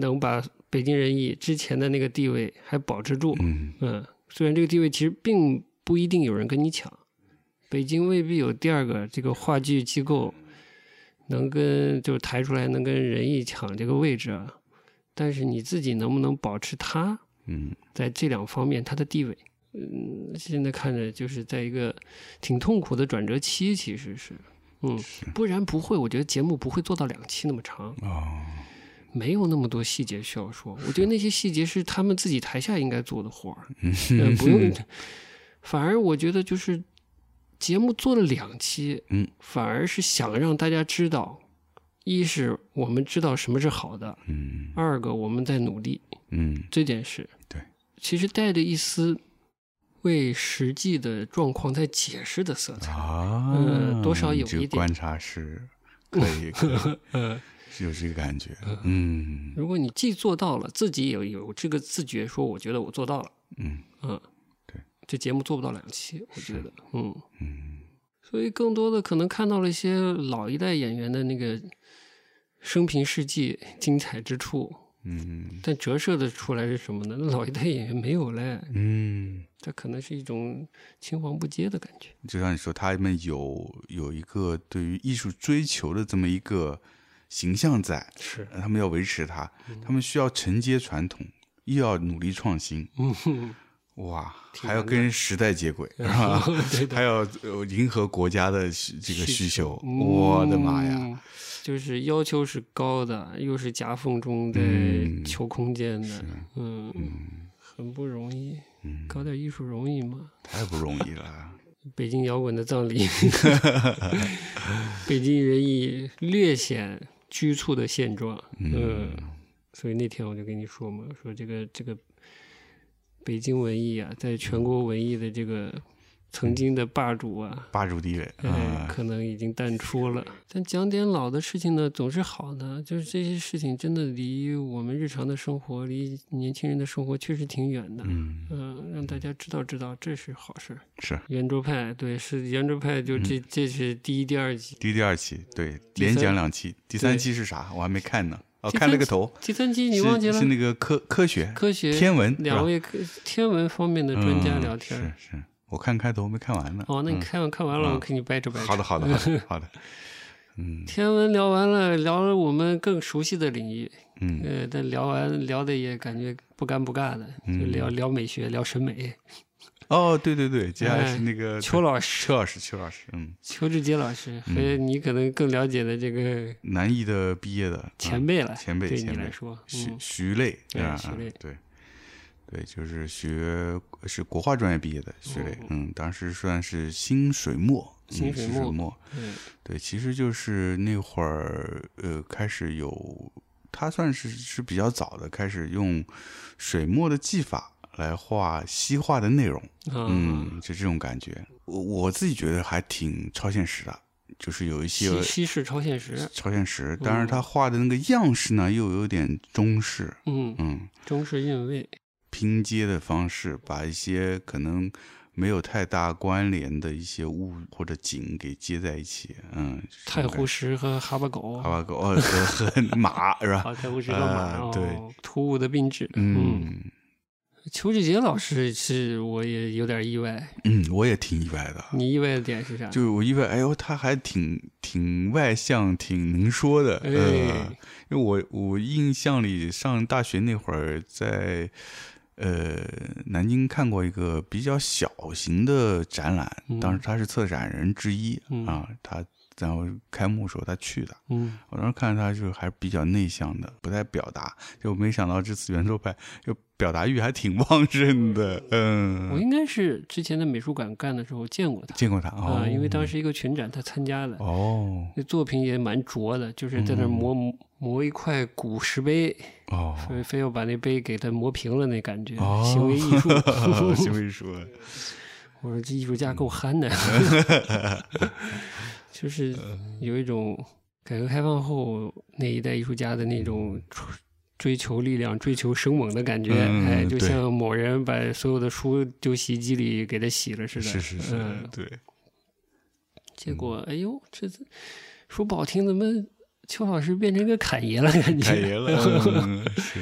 [SPEAKER 2] 能把北京人艺之前的那个地位还保持住？
[SPEAKER 1] 嗯
[SPEAKER 2] 嗯，虽然这个地位其实并不一定有人跟你抢，北京未必有第二个这个话剧机构能跟就是抬出来能跟人艺抢这个位置啊，但是你自己能不能保持它？
[SPEAKER 1] 嗯
[SPEAKER 2] 在这两方面它的地位。嗯，现在看着就是在一个挺痛苦的转折期，其实是，嗯，不然不会，我觉得节目不会做到两期那么长，
[SPEAKER 1] 哦，
[SPEAKER 2] 没有那么多细节需要说。我觉得那些细节是他们自己台下应该做的活儿，
[SPEAKER 1] 嗯
[SPEAKER 2] 呃不用。反而我觉得就是节目做了两期，
[SPEAKER 1] 嗯，
[SPEAKER 2] 反而是想让大家知道，一是我们知道什么是好的，
[SPEAKER 1] 嗯
[SPEAKER 2] 二个我们在努力，
[SPEAKER 1] 嗯
[SPEAKER 2] 这件事。
[SPEAKER 1] 对，
[SPEAKER 2] 其实带着一丝为实际的状况在解释的色彩。
[SPEAKER 1] 啊，
[SPEAKER 2] 嗯多少有
[SPEAKER 1] 你这
[SPEAKER 2] 一
[SPEAKER 1] 个
[SPEAKER 2] 点
[SPEAKER 1] 观察是可以，可
[SPEAKER 2] 呃，
[SPEAKER 1] 以是有这个感觉，嗯
[SPEAKER 2] 如果你既做到了，自己也有这个自觉，说我觉得我做到了，
[SPEAKER 1] 嗯
[SPEAKER 2] 嗯，
[SPEAKER 1] 对，
[SPEAKER 2] 这节目做不到两期，我觉得，嗯，
[SPEAKER 1] 嗯
[SPEAKER 2] 所以更多的可能看到了一些老一代演员的那个生平事迹精彩之处，
[SPEAKER 1] 嗯
[SPEAKER 2] 但折射的出来是什么呢？那老一代演员没有嘞，
[SPEAKER 1] 嗯。
[SPEAKER 2] 这可能是一种青黄不接的感觉，
[SPEAKER 1] 就像你说，他们有有一个对于艺术追求的这么一个形象在，
[SPEAKER 2] 是，
[SPEAKER 1] 他们要维持它，
[SPEAKER 2] 嗯
[SPEAKER 1] 他们需要承接传统，又要努力创新，
[SPEAKER 2] 嗯哼，
[SPEAKER 1] 哇，
[SPEAKER 2] 挺
[SPEAKER 1] 还要
[SPEAKER 2] 难的
[SPEAKER 1] 跟时代接轨，是吧？
[SPEAKER 2] 对 的
[SPEAKER 1] 还。要呃迎合国家的需这个需求，我的妈呀！
[SPEAKER 2] 嗯！就是要求是高的，又是夹缝中在
[SPEAKER 1] 嗯
[SPEAKER 2] 求空间的
[SPEAKER 1] 是，啊
[SPEAKER 2] 嗯，很不容易。
[SPEAKER 1] 嗯
[SPEAKER 2] 搞点艺术容易吗？
[SPEAKER 1] 太不容易了。
[SPEAKER 2] 北京摇滚的 葬礼， 北京人艺略显拘促的现状。嗯，所以那天我就跟你说嘛，说这个这个北京文艺啊，在全国文艺的这个曾经的霸主啊，
[SPEAKER 1] 霸主地位
[SPEAKER 2] 哎，
[SPEAKER 1] 啊，
[SPEAKER 2] 可能已经淡出了。但讲点老的事情呢，总是好的。就是这些事情真的离我们日常的生活，离年轻人的生活确实挺远的。
[SPEAKER 1] 嗯，
[SPEAKER 2] 嗯，让大家知道知道，这是好事儿。
[SPEAKER 1] 是
[SPEAKER 2] 圆桌派，对，是圆桌派，就
[SPEAKER 1] 嗯
[SPEAKER 2] 这、这是第一、第二集，
[SPEAKER 1] 第第二期，对，
[SPEAKER 2] 第
[SPEAKER 1] 连
[SPEAKER 2] 三
[SPEAKER 1] 讲两期，第
[SPEAKER 2] 对
[SPEAKER 1] 三期是啥？我还没看呢，哦，
[SPEAKER 2] 第
[SPEAKER 1] 看了
[SPEAKER 2] 三
[SPEAKER 1] 个
[SPEAKER 2] 期
[SPEAKER 1] 头，
[SPEAKER 2] 第三集你
[SPEAKER 1] 是
[SPEAKER 2] 忘记了
[SPEAKER 1] 是？那个科科学
[SPEAKER 2] 科学
[SPEAKER 1] 天文是吧
[SPEAKER 2] 两位科天文方面的专家
[SPEAKER 1] 嗯
[SPEAKER 2] 聊天儿。
[SPEAKER 1] 是是，我看开头没看完呢。
[SPEAKER 2] 哦，那你
[SPEAKER 1] 嗯
[SPEAKER 2] 看、看完了，
[SPEAKER 1] 嗯
[SPEAKER 2] 我给你掰扯掰扯。
[SPEAKER 1] 好的，好的，好 的，好的，嗯
[SPEAKER 2] 天文聊完了，聊了我们更熟悉的领域，
[SPEAKER 1] 嗯，
[SPEAKER 2] 呃，但聊完聊的也感觉不尴不尬的，就聊聊美学，聊审美。
[SPEAKER 1] 哦，对对对，嗯接下来是
[SPEAKER 2] 哎
[SPEAKER 1] 那个
[SPEAKER 2] 邱老师，
[SPEAKER 1] 邱老师，邱老师，嗯，
[SPEAKER 2] 邱志杰老师和你可能更了解的这个
[SPEAKER 1] 南艺的毕业的
[SPEAKER 2] 前
[SPEAKER 1] 嗯
[SPEAKER 2] 辈了，
[SPEAKER 1] 前辈
[SPEAKER 2] 对
[SPEAKER 1] 前
[SPEAKER 2] 你
[SPEAKER 1] 辈
[SPEAKER 2] 来说，
[SPEAKER 1] 徐
[SPEAKER 2] 嗯，
[SPEAKER 1] 徐磊，
[SPEAKER 2] 对
[SPEAKER 1] 啊
[SPEAKER 2] 徐磊
[SPEAKER 1] 对。对，就是学是国画专业毕业的徐磊
[SPEAKER 2] 哦，
[SPEAKER 1] 嗯，当时算是新水墨，嗯
[SPEAKER 2] 新
[SPEAKER 1] 水
[SPEAKER 2] 水墨
[SPEAKER 1] 墨，
[SPEAKER 2] 嗯
[SPEAKER 1] 对，其实就是那会儿，呃，开始有，他算是是比较早的，开始用水墨的技法来画西画的内容，
[SPEAKER 2] 啊，
[SPEAKER 1] 嗯，就这种感觉。我我自己觉得还挺超现实的，就是有一些
[SPEAKER 2] 西西式超现实，
[SPEAKER 1] 超现实，但
[SPEAKER 2] 嗯
[SPEAKER 1] 是他画的那个样式呢，又有点中式，
[SPEAKER 2] 嗯，
[SPEAKER 1] 嗯，
[SPEAKER 2] 中式韵味，
[SPEAKER 1] 拼接的方式，把一些可能没有太大关联的一些物或者景给接在一起，嗯，就是这
[SPEAKER 2] 太
[SPEAKER 1] 种感
[SPEAKER 2] 湖石和哈巴狗
[SPEAKER 1] 好，吧，狗哦和和马是吧？
[SPEAKER 2] 啊，太湖石和马，
[SPEAKER 1] 啊
[SPEAKER 2] 哦
[SPEAKER 1] 对，
[SPEAKER 2] 突兀的并置，
[SPEAKER 1] 嗯
[SPEAKER 2] 邱志杰老师是我也有点意外，
[SPEAKER 1] 嗯，我也挺意外的，
[SPEAKER 2] 你意外的点是啥？
[SPEAKER 1] 就我意外，哎呦，他还挺挺外向，挺能说的，呃
[SPEAKER 2] 哎，
[SPEAKER 1] 因为我我印象里上大学那会儿在。呃，南京看过一个比较小型的展览，
[SPEAKER 2] 嗯
[SPEAKER 1] 当时他是策展人之一、
[SPEAKER 2] 嗯
[SPEAKER 1] 啊，他然后开幕时候他去的，
[SPEAKER 2] 嗯，
[SPEAKER 1] 我当时看着他就是还是比较内向的，不太表达，就没想到这次圆桌派就表达欲还挺旺盛的，
[SPEAKER 2] 我
[SPEAKER 1] 嗯，
[SPEAKER 2] 应该是之前在美术馆干的时候见过他
[SPEAKER 1] 见过他
[SPEAKER 2] 啊、
[SPEAKER 1] 哦，
[SPEAKER 2] 因为当时一个群展他参加的，
[SPEAKER 1] 哦
[SPEAKER 2] 那作品也蛮拙的，就是
[SPEAKER 1] 嗯
[SPEAKER 2] 在那儿磨、磨一块古石碑，
[SPEAKER 1] 哦
[SPEAKER 2] 所以非要把那碑给它磨平了那感觉，
[SPEAKER 1] 哦，
[SPEAKER 2] 行 为艺术。
[SPEAKER 1] 行为艺术，
[SPEAKER 2] 我说这艺术家够憨 的，就是有一种改革开放后那一代艺术家的那种追追求力量、追求生猛的感觉，
[SPEAKER 1] 嗯
[SPEAKER 2] 哎，就
[SPEAKER 1] 对
[SPEAKER 2] 像某人把所有的书丢洗衣机里给它洗了似的。
[SPEAKER 1] 是是是
[SPEAKER 2] 嗯，，
[SPEAKER 1] 对，
[SPEAKER 2] 结果
[SPEAKER 1] 嗯
[SPEAKER 2] 哎呦，这这说不好听，怎么邱老师变成个侃爷了？感觉
[SPEAKER 1] 太 爷了，嗯是。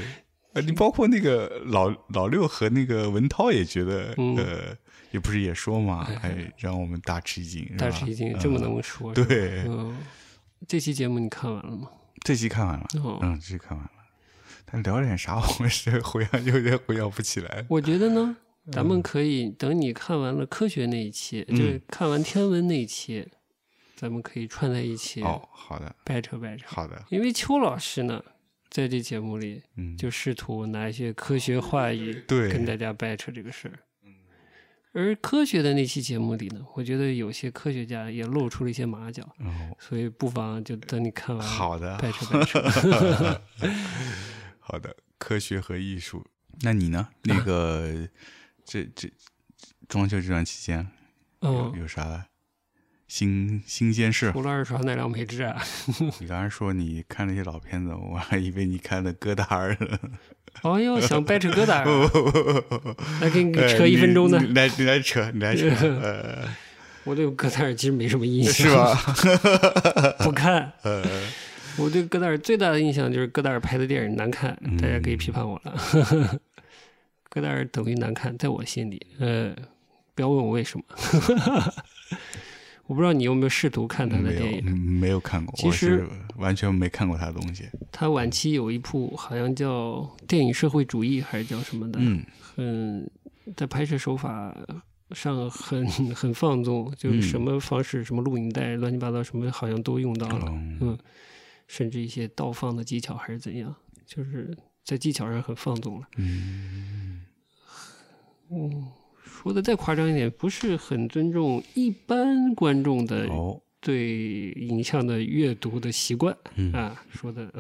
[SPEAKER 1] 呃你包括那个老老六和那个文涛也觉得，
[SPEAKER 2] 嗯
[SPEAKER 1] 呃，也不是也说嘛，
[SPEAKER 2] 哎
[SPEAKER 1] 哎，让我们大吃一惊，是
[SPEAKER 2] 大
[SPEAKER 1] 吧嗯
[SPEAKER 2] 师已经这么能说。是吧
[SPEAKER 1] 对，
[SPEAKER 2] 嗯，这期节目你看完了吗？
[SPEAKER 1] 这期看完了，
[SPEAKER 2] 哦，
[SPEAKER 1] 嗯，这看完了，但聊点啥，我是回想有点回想不起来。
[SPEAKER 2] 我觉得呢，
[SPEAKER 1] 嗯
[SPEAKER 2] 咱们可以等你看完了科学那一期，
[SPEAKER 1] 嗯
[SPEAKER 2] 就是看完天文那一期，咱们可以串在一起
[SPEAKER 1] 哦，好的，
[SPEAKER 2] 掰扯掰扯。
[SPEAKER 1] 好的，
[SPEAKER 2] 因为邱老师呢，在这节目里
[SPEAKER 1] 嗯，
[SPEAKER 2] 就试图拿一些科学话语跟
[SPEAKER 1] 对，嗯
[SPEAKER 2] 大家掰扯这个事儿。而科学的那期节目里呢，我觉得有些科学家也露出了一些马脚，
[SPEAKER 1] 哦，
[SPEAKER 2] 所以不妨就等你看完了
[SPEAKER 1] 好的，
[SPEAKER 2] 掰扯 掰扯。
[SPEAKER 1] 好的，科学和艺术。那你 呢？那个，这这装修这段期间有
[SPEAKER 2] 嗯，
[SPEAKER 1] 有啥新新鲜事？
[SPEAKER 2] 除了二刷奈良美智啊，
[SPEAKER 1] 你刚才说你看了一些老片子，我还以为你看的戈达尔了。
[SPEAKER 2] 哦 哟，想掰扯疙瘩啊，来 给你扯一分钟的嗯
[SPEAKER 1] 哎。你你来你来扯，你来扯，呃，
[SPEAKER 2] 我对戈达尔其实没什么印象，
[SPEAKER 1] 是？吧？
[SPEAKER 2] 不看。
[SPEAKER 1] 呃，
[SPEAKER 2] 我对戈达尔最大的印象就是戈达尔拍的电影难看，大家可以批判我了。 戈达尔等于难看，在我心里，呃，不要问我为什么。 我不知道你有没有试图看他的
[SPEAKER 1] 没
[SPEAKER 2] 电
[SPEAKER 1] 有
[SPEAKER 2] 影。
[SPEAKER 1] 没有看过，
[SPEAKER 2] 其
[SPEAKER 1] 我
[SPEAKER 2] 实
[SPEAKER 1] 是完全没看过他的东西。
[SPEAKER 2] 他晚期有一部好像叫《电影社会主义》还是叫什么的，
[SPEAKER 1] 嗯
[SPEAKER 2] 很在拍摄手法上很很放纵，就是
[SPEAKER 1] 嗯
[SPEAKER 2] 什么方式、什么录影带、乱七八糟什么好像都用到了。
[SPEAKER 1] 嗯
[SPEAKER 2] 嗯，甚至一些倒放的技巧还是怎样，就是在技巧上很放纵了。
[SPEAKER 1] 嗯
[SPEAKER 2] 嗯，说的再夸张一点，不是很尊重一般观众的
[SPEAKER 1] 哦，
[SPEAKER 2] 对影像的阅读的习惯
[SPEAKER 1] 嗯，
[SPEAKER 2] 啊，说的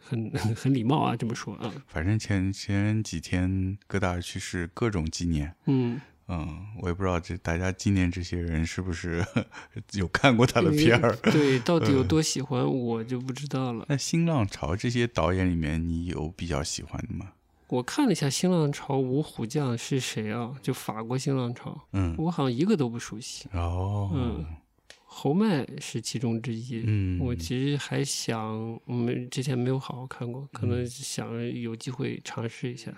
[SPEAKER 2] 很很礼貌啊，这么说啊，
[SPEAKER 1] 反正前前几天戈达尔去世各种纪念，
[SPEAKER 2] 嗯，
[SPEAKER 1] 嗯，我也不知道这大家纪念这些人是不是 有看过他的片
[SPEAKER 2] 嗯
[SPEAKER 1] 儿。嗯
[SPEAKER 2] 对，到底有多喜欢我就不知道了。
[SPEAKER 1] 那新浪潮这些导演里面，你有比较喜欢的吗？
[SPEAKER 2] 我看了一下新浪潮五虎将是谁啊？就法国新浪潮，
[SPEAKER 1] 嗯，
[SPEAKER 2] 我好像一个都不熟悉。
[SPEAKER 1] 哦，
[SPEAKER 2] 嗯侯麦是其中之一。
[SPEAKER 1] 嗯
[SPEAKER 2] 我其实还想，没之前没有好好看过，可能想有机会尝试一下。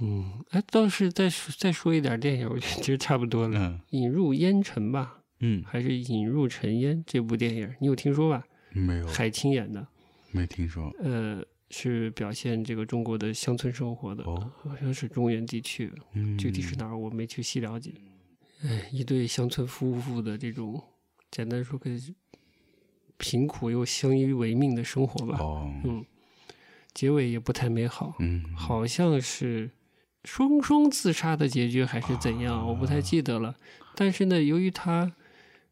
[SPEAKER 2] 嗯，哎，倒是再说再说一点电影，我觉得其实差不多了。
[SPEAKER 1] 嗯
[SPEAKER 2] 引入烟尘吧，
[SPEAKER 1] 嗯，
[SPEAKER 2] 还是引入尘烟这部电影，你有听说吧？
[SPEAKER 1] 嗯没有，
[SPEAKER 2] 海清演的，
[SPEAKER 1] 没听说。
[SPEAKER 2] 呃，是表现这个中国的乡村生活的，
[SPEAKER 1] 哦
[SPEAKER 2] 好像是中原地区，
[SPEAKER 1] 嗯，
[SPEAKER 2] 具体是哪儿我没去细了解。哎，一对乡村夫妇的这种，简单说可以贫苦又相依为命的生活吧。
[SPEAKER 1] 哦，
[SPEAKER 2] 嗯，结尾也不太美好，
[SPEAKER 1] 嗯，
[SPEAKER 2] 好像是双双自杀的结局还是怎样，我不太记得了。但是呢，由于他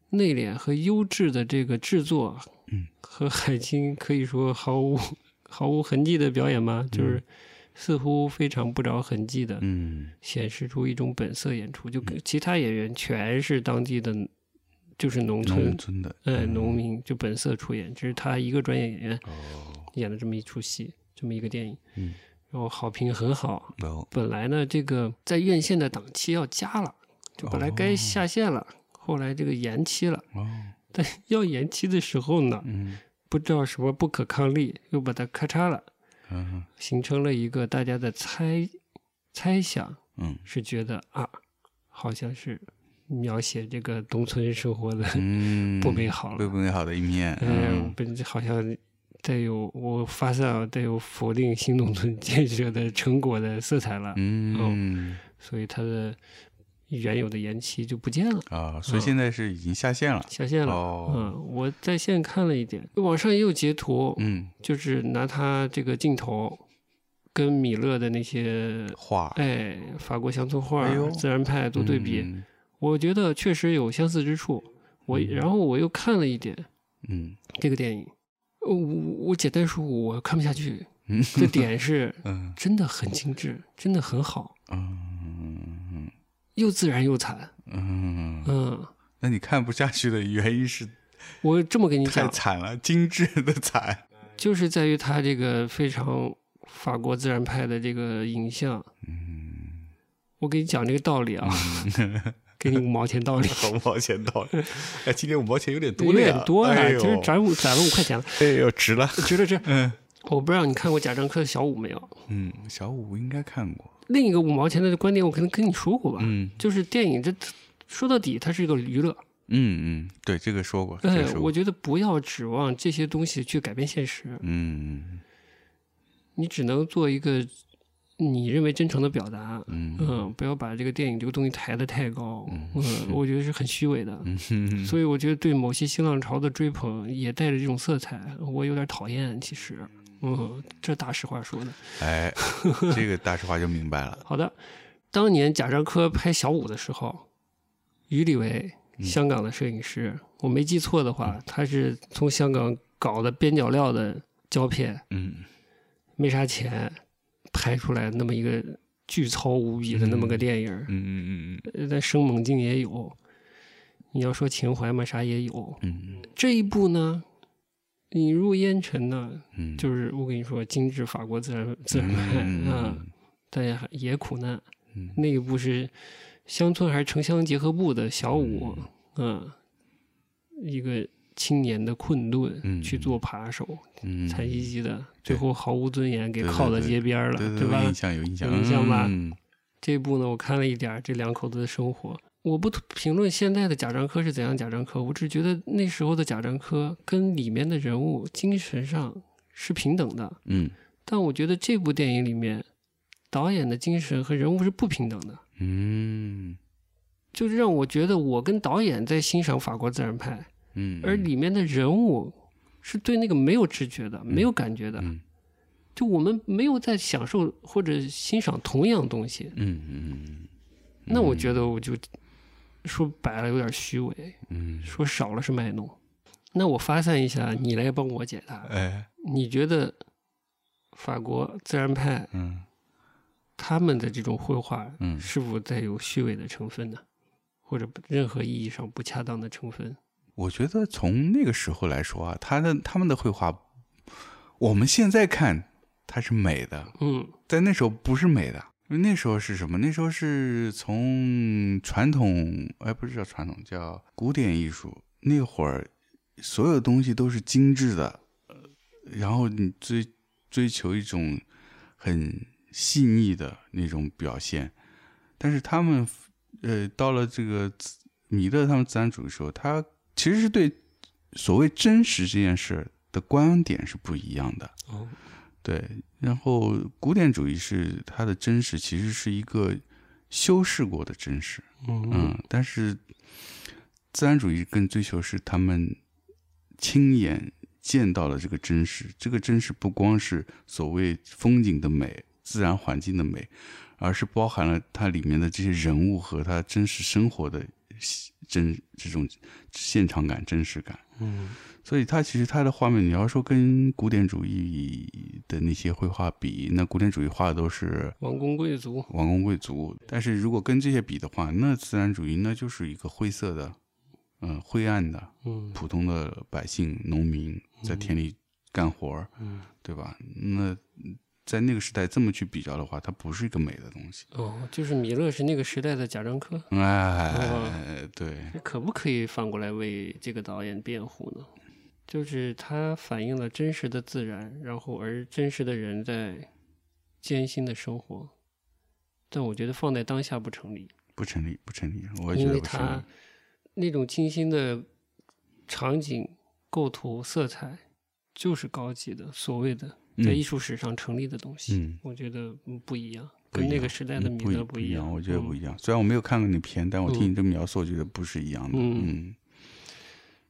[SPEAKER 2] 内敛和优质的这个制作，
[SPEAKER 1] 嗯，
[SPEAKER 2] 和海清可以说毫无毫无痕迹的表演嘛，就是似乎非常不着痕迹的
[SPEAKER 1] 嗯，
[SPEAKER 2] 显示出一种本色演出，就跟其他演员全是当地的，就是农村
[SPEAKER 1] 农。嗯村的，
[SPEAKER 2] 哎，农民就本色出演，只是他一个专业演员
[SPEAKER 1] 哦，
[SPEAKER 2] 演了这么一出戏，这么一个电影，
[SPEAKER 1] 嗯，
[SPEAKER 2] 然后好评很好，
[SPEAKER 1] 哦，
[SPEAKER 2] 本来呢，这个在院线的档期要加了，就本来该下线了，后来这个延期了。
[SPEAKER 1] 哦，
[SPEAKER 2] 但要延期的时候呢，
[SPEAKER 1] 嗯，
[SPEAKER 2] 不知道什么不可抗力，又把它咔嚓了，
[SPEAKER 1] 嗯，
[SPEAKER 2] 形成了一个大家的猜猜想，
[SPEAKER 1] 嗯，
[SPEAKER 2] 是觉得啊，好像是描写这个农村生活的
[SPEAKER 1] 嗯，
[SPEAKER 2] 不美好
[SPEAKER 1] 不
[SPEAKER 2] 了。
[SPEAKER 1] 美好的一面，
[SPEAKER 2] 嗯，，本好像带有我发散带有否定新农村建设的成果的色彩了。
[SPEAKER 1] 嗯，
[SPEAKER 2] 所以它的原有的延期就不见了，
[SPEAKER 1] 啊，所以现在是已经下线了，
[SPEAKER 2] 哦嗯下线了。
[SPEAKER 1] 哦，
[SPEAKER 2] 嗯，我在线看了一点，网上也有截图，
[SPEAKER 1] 嗯，
[SPEAKER 2] 就是拿他这个镜头跟米勒的那些
[SPEAKER 1] 画，
[SPEAKER 2] 哎法国乡村画、
[SPEAKER 1] 哎呦嗯
[SPEAKER 2] 自然派做对比，，我觉得确实有相似之处。我然后我又看了一点
[SPEAKER 1] 嗯，
[SPEAKER 2] 这个电影，呃我我简单说，我看不下去
[SPEAKER 1] 嗯。
[SPEAKER 2] 这点是
[SPEAKER 1] 嗯，
[SPEAKER 2] 真的很精致，真的很好，
[SPEAKER 1] 嗯，
[SPEAKER 2] 又自然又惨。
[SPEAKER 1] 嗯，
[SPEAKER 2] 嗯，
[SPEAKER 1] 那你看不下去的原因是
[SPEAKER 2] 我这么跟你
[SPEAKER 1] 太
[SPEAKER 2] 讲，
[SPEAKER 1] 惨了，精致的惨。
[SPEAKER 2] 就是在于他这个非常法国自然派的这个影像。
[SPEAKER 1] 嗯，，
[SPEAKER 2] 我给你讲这个道理啊， 给你五毛钱道理
[SPEAKER 1] 五毛钱到了，哎，今天五毛钱有点
[SPEAKER 2] 有
[SPEAKER 1] 多了呀，
[SPEAKER 2] 点多
[SPEAKER 1] 哎
[SPEAKER 2] 了，
[SPEAKER 1] 呦
[SPEAKER 2] 其实攒五攒了五块钱了，
[SPEAKER 1] 哎呦，值了。
[SPEAKER 2] 值了值。
[SPEAKER 1] 嗯
[SPEAKER 2] 我不知道你看过贾樟柯的小五没有？
[SPEAKER 1] 嗯，小五应该看过。
[SPEAKER 2] 另一个五毛钱的观点，我可能跟你说过吧，
[SPEAKER 1] 嗯
[SPEAKER 2] 就是电影这说到底它是一个娱乐，
[SPEAKER 1] 嗯嗯，对，这个说过，这
[SPEAKER 2] 哎
[SPEAKER 1] 个，说
[SPEAKER 2] 我
[SPEAKER 1] 过。
[SPEAKER 2] 觉得不要指望这些东西去改变现实，
[SPEAKER 1] 嗯
[SPEAKER 2] 你只能做一个你认为真诚的表达，
[SPEAKER 1] 嗯
[SPEAKER 2] 嗯，不要把这个电影这个东西抬得太高，嗯，我觉得是很虚伪的。
[SPEAKER 1] 嗯
[SPEAKER 2] 所以我觉得对某些新浪潮的追捧也带着这种色彩，我有点讨厌。其实，嗯，这大实话说的。
[SPEAKER 1] 哎，这个大实话就明白了。
[SPEAKER 2] 好的，当年贾樟柯拍《小五》的时候，于立伟，
[SPEAKER 1] 嗯
[SPEAKER 2] 香港的摄影师，我没记错的话，他是从香港搞的边角料的胶片，
[SPEAKER 1] 嗯
[SPEAKER 2] 没啥钱，拍出来那么一个巨糙无比的那么个电影儿。
[SPEAKER 1] 嗯嗯嗯
[SPEAKER 2] 呃但生猛劲也有，你要说情怀嘛，啥也有。
[SPEAKER 1] 嗯
[SPEAKER 2] 这一部呢，引入烟尘呢，
[SPEAKER 1] 嗯，
[SPEAKER 2] 就是我跟你说，精致法国自然自然派啊，
[SPEAKER 1] 嗯
[SPEAKER 2] 但也还也苦难。
[SPEAKER 1] 嗯
[SPEAKER 2] 那一部是乡村还是城乡结合部的小五，嗯，一个青年的困顿、
[SPEAKER 1] 嗯
[SPEAKER 2] 去做扒手，
[SPEAKER 1] 嗯，
[SPEAKER 2] 惨兮兮的，
[SPEAKER 1] 对
[SPEAKER 2] 最后毫无尊严，给
[SPEAKER 1] 对对
[SPEAKER 2] 铐到
[SPEAKER 1] 对
[SPEAKER 2] 街边儿了，
[SPEAKER 1] 对对
[SPEAKER 2] 对
[SPEAKER 1] 对，有
[SPEAKER 2] 吧
[SPEAKER 1] 印？象有印象，
[SPEAKER 2] 有印象吧
[SPEAKER 1] 嗯
[SPEAKER 2] 这部呢，我看了一点儿这两口子的生活。我不评论现在的贾樟柯是怎样贾樟柯，我只觉得那时候的贾樟柯跟里面的人物精神上是平等的，
[SPEAKER 1] 嗯
[SPEAKER 2] 但我觉得这部电影里面导演的精神和人物是不平等的，
[SPEAKER 1] 嗯
[SPEAKER 2] 就是让我觉得我跟导演在欣赏法国自然派，
[SPEAKER 1] 嗯，
[SPEAKER 2] 而里面的人物是对那个没有知觉的、没有感觉的，
[SPEAKER 1] 嗯
[SPEAKER 2] 就我们没有在享受或者欣赏同样东西，
[SPEAKER 1] 嗯嗯
[SPEAKER 2] 那我觉得我就说白了有点虚伪，
[SPEAKER 1] 嗯，
[SPEAKER 2] 说少了是卖弄。那我发散一下，你来帮我解答。
[SPEAKER 1] 哎
[SPEAKER 2] 你觉得法国自然派
[SPEAKER 1] 嗯
[SPEAKER 2] 他们的这种绘画，
[SPEAKER 1] 嗯
[SPEAKER 2] 是否带有虚伪的成分呢？或者任何意义上不恰当的成分？
[SPEAKER 1] 我觉得从那个时候来说啊，他的他们的绘画，我们现在看它是美的，
[SPEAKER 2] 嗯
[SPEAKER 1] 在那时候不是美的。因为那时候是什么？那时候是从传统，哎，不是叫传统，叫古典艺术。那会儿，所有东西都是精致的，呃然后你追追求一种很细腻的那种表现。但是他们，呃，到了这个自米勒他们自然主义的时候，他其实是对所谓真实这件事的观点是不一样的。
[SPEAKER 2] 哦
[SPEAKER 1] 对，然后古典主义是它的真实，其实是一个修饰过的真实，
[SPEAKER 2] 嗯
[SPEAKER 1] 嗯，但是自然主义更追求是他们亲眼见到了这个真实，这个真实不光是所谓风景的美、自然环境的美，而是包含了它里面的这些人物和他真实生活的真这种现场感、真实感。
[SPEAKER 2] 嗯
[SPEAKER 1] 所以它其实它的画面，你要说跟古典主义的那些绘画比，那古典主义画的都是
[SPEAKER 2] 王公贵族，
[SPEAKER 1] 王公贵族，但是如果跟这些比的话，那自然主义那就是一个灰色的，嗯、灰暗的，
[SPEAKER 2] 嗯
[SPEAKER 1] 普通的百姓、农民在田里干活儿，
[SPEAKER 2] 嗯，
[SPEAKER 1] 对吧？那在那个时代这么去比较的话，它不是一个美的东西。
[SPEAKER 2] 哦，就是米勒是那个时代的贾樟柯，哦
[SPEAKER 1] 哎，对，
[SPEAKER 2] 这可不可以反过来为这个导演辩护呢？就是它反映了真实的自然，然后而真实的人在艰辛的生活，但我觉得放在当下不成立，
[SPEAKER 1] 不成立，不成立，我也
[SPEAKER 2] 因
[SPEAKER 1] 觉
[SPEAKER 2] 为
[SPEAKER 1] 得不成
[SPEAKER 2] 它
[SPEAKER 1] 立。
[SPEAKER 2] 那种精心的场景、构图、色彩，就是高级的所谓的在艺术史上成立的东西。
[SPEAKER 1] 嗯
[SPEAKER 2] 我觉得嗯不一样，
[SPEAKER 1] 不一
[SPEAKER 2] 跟那
[SPEAKER 1] 样
[SPEAKER 2] 个时代
[SPEAKER 1] 嗯
[SPEAKER 2] 的米
[SPEAKER 1] 不一
[SPEAKER 2] 勒
[SPEAKER 1] 不
[SPEAKER 2] 一
[SPEAKER 1] 样，我觉得不
[SPEAKER 2] 嗯
[SPEAKER 1] 一样。虽然我没有看过那片，但我听你这么描述，我觉得不是一样的。
[SPEAKER 2] 嗯
[SPEAKER 1] 嗯，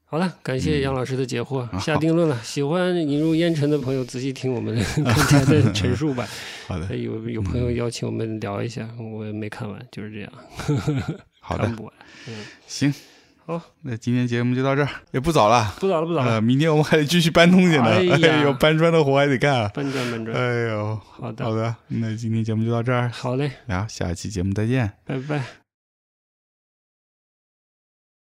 [SPEAKER 2] 好了，感谢杨老师的解惑，
[SPEAKER 1] 好
[SPEAKER 2] 下定论了。喜欢引入烟尘的朋友，仔细听我们刚才的 陈述吧。
[SPEAKER 1] 好的，
[SPEAKER 2] 有有朋友邀请我们聊一下，我也没看完，就是这样，
[SPEAKER 1] 好
[SPEAKER 2] 看
[SPEAKER 1] 的，
[SPEAKER 2] 不完。
[SPEAKER 1] 行，
[SPEAKER 2] 嗯好，
[SPEAKER 1] 那今天节目就到这儿，也不早了。
[SPEAKER 2] 不早了，不早了，
[SPEAKER 1] 呃，明天我们还得继续搬东西呢，
[SPEAKER 2] 哎呀
[SPEAKER 1] 哎呦，搬砖的活还得干啊。
[SPEAKER 2] 搬砖搬砖。
[SPEAKER 1] 哎呦，
[SPEAKER 2] 好的
[SPEAKER 1] 好，的，那今天节目就到这儿，
[SPEAKER 2] 好嘞，
[SPEAKER 1] 然后下期节目再见。
[SPEAKER 2] 拜拜。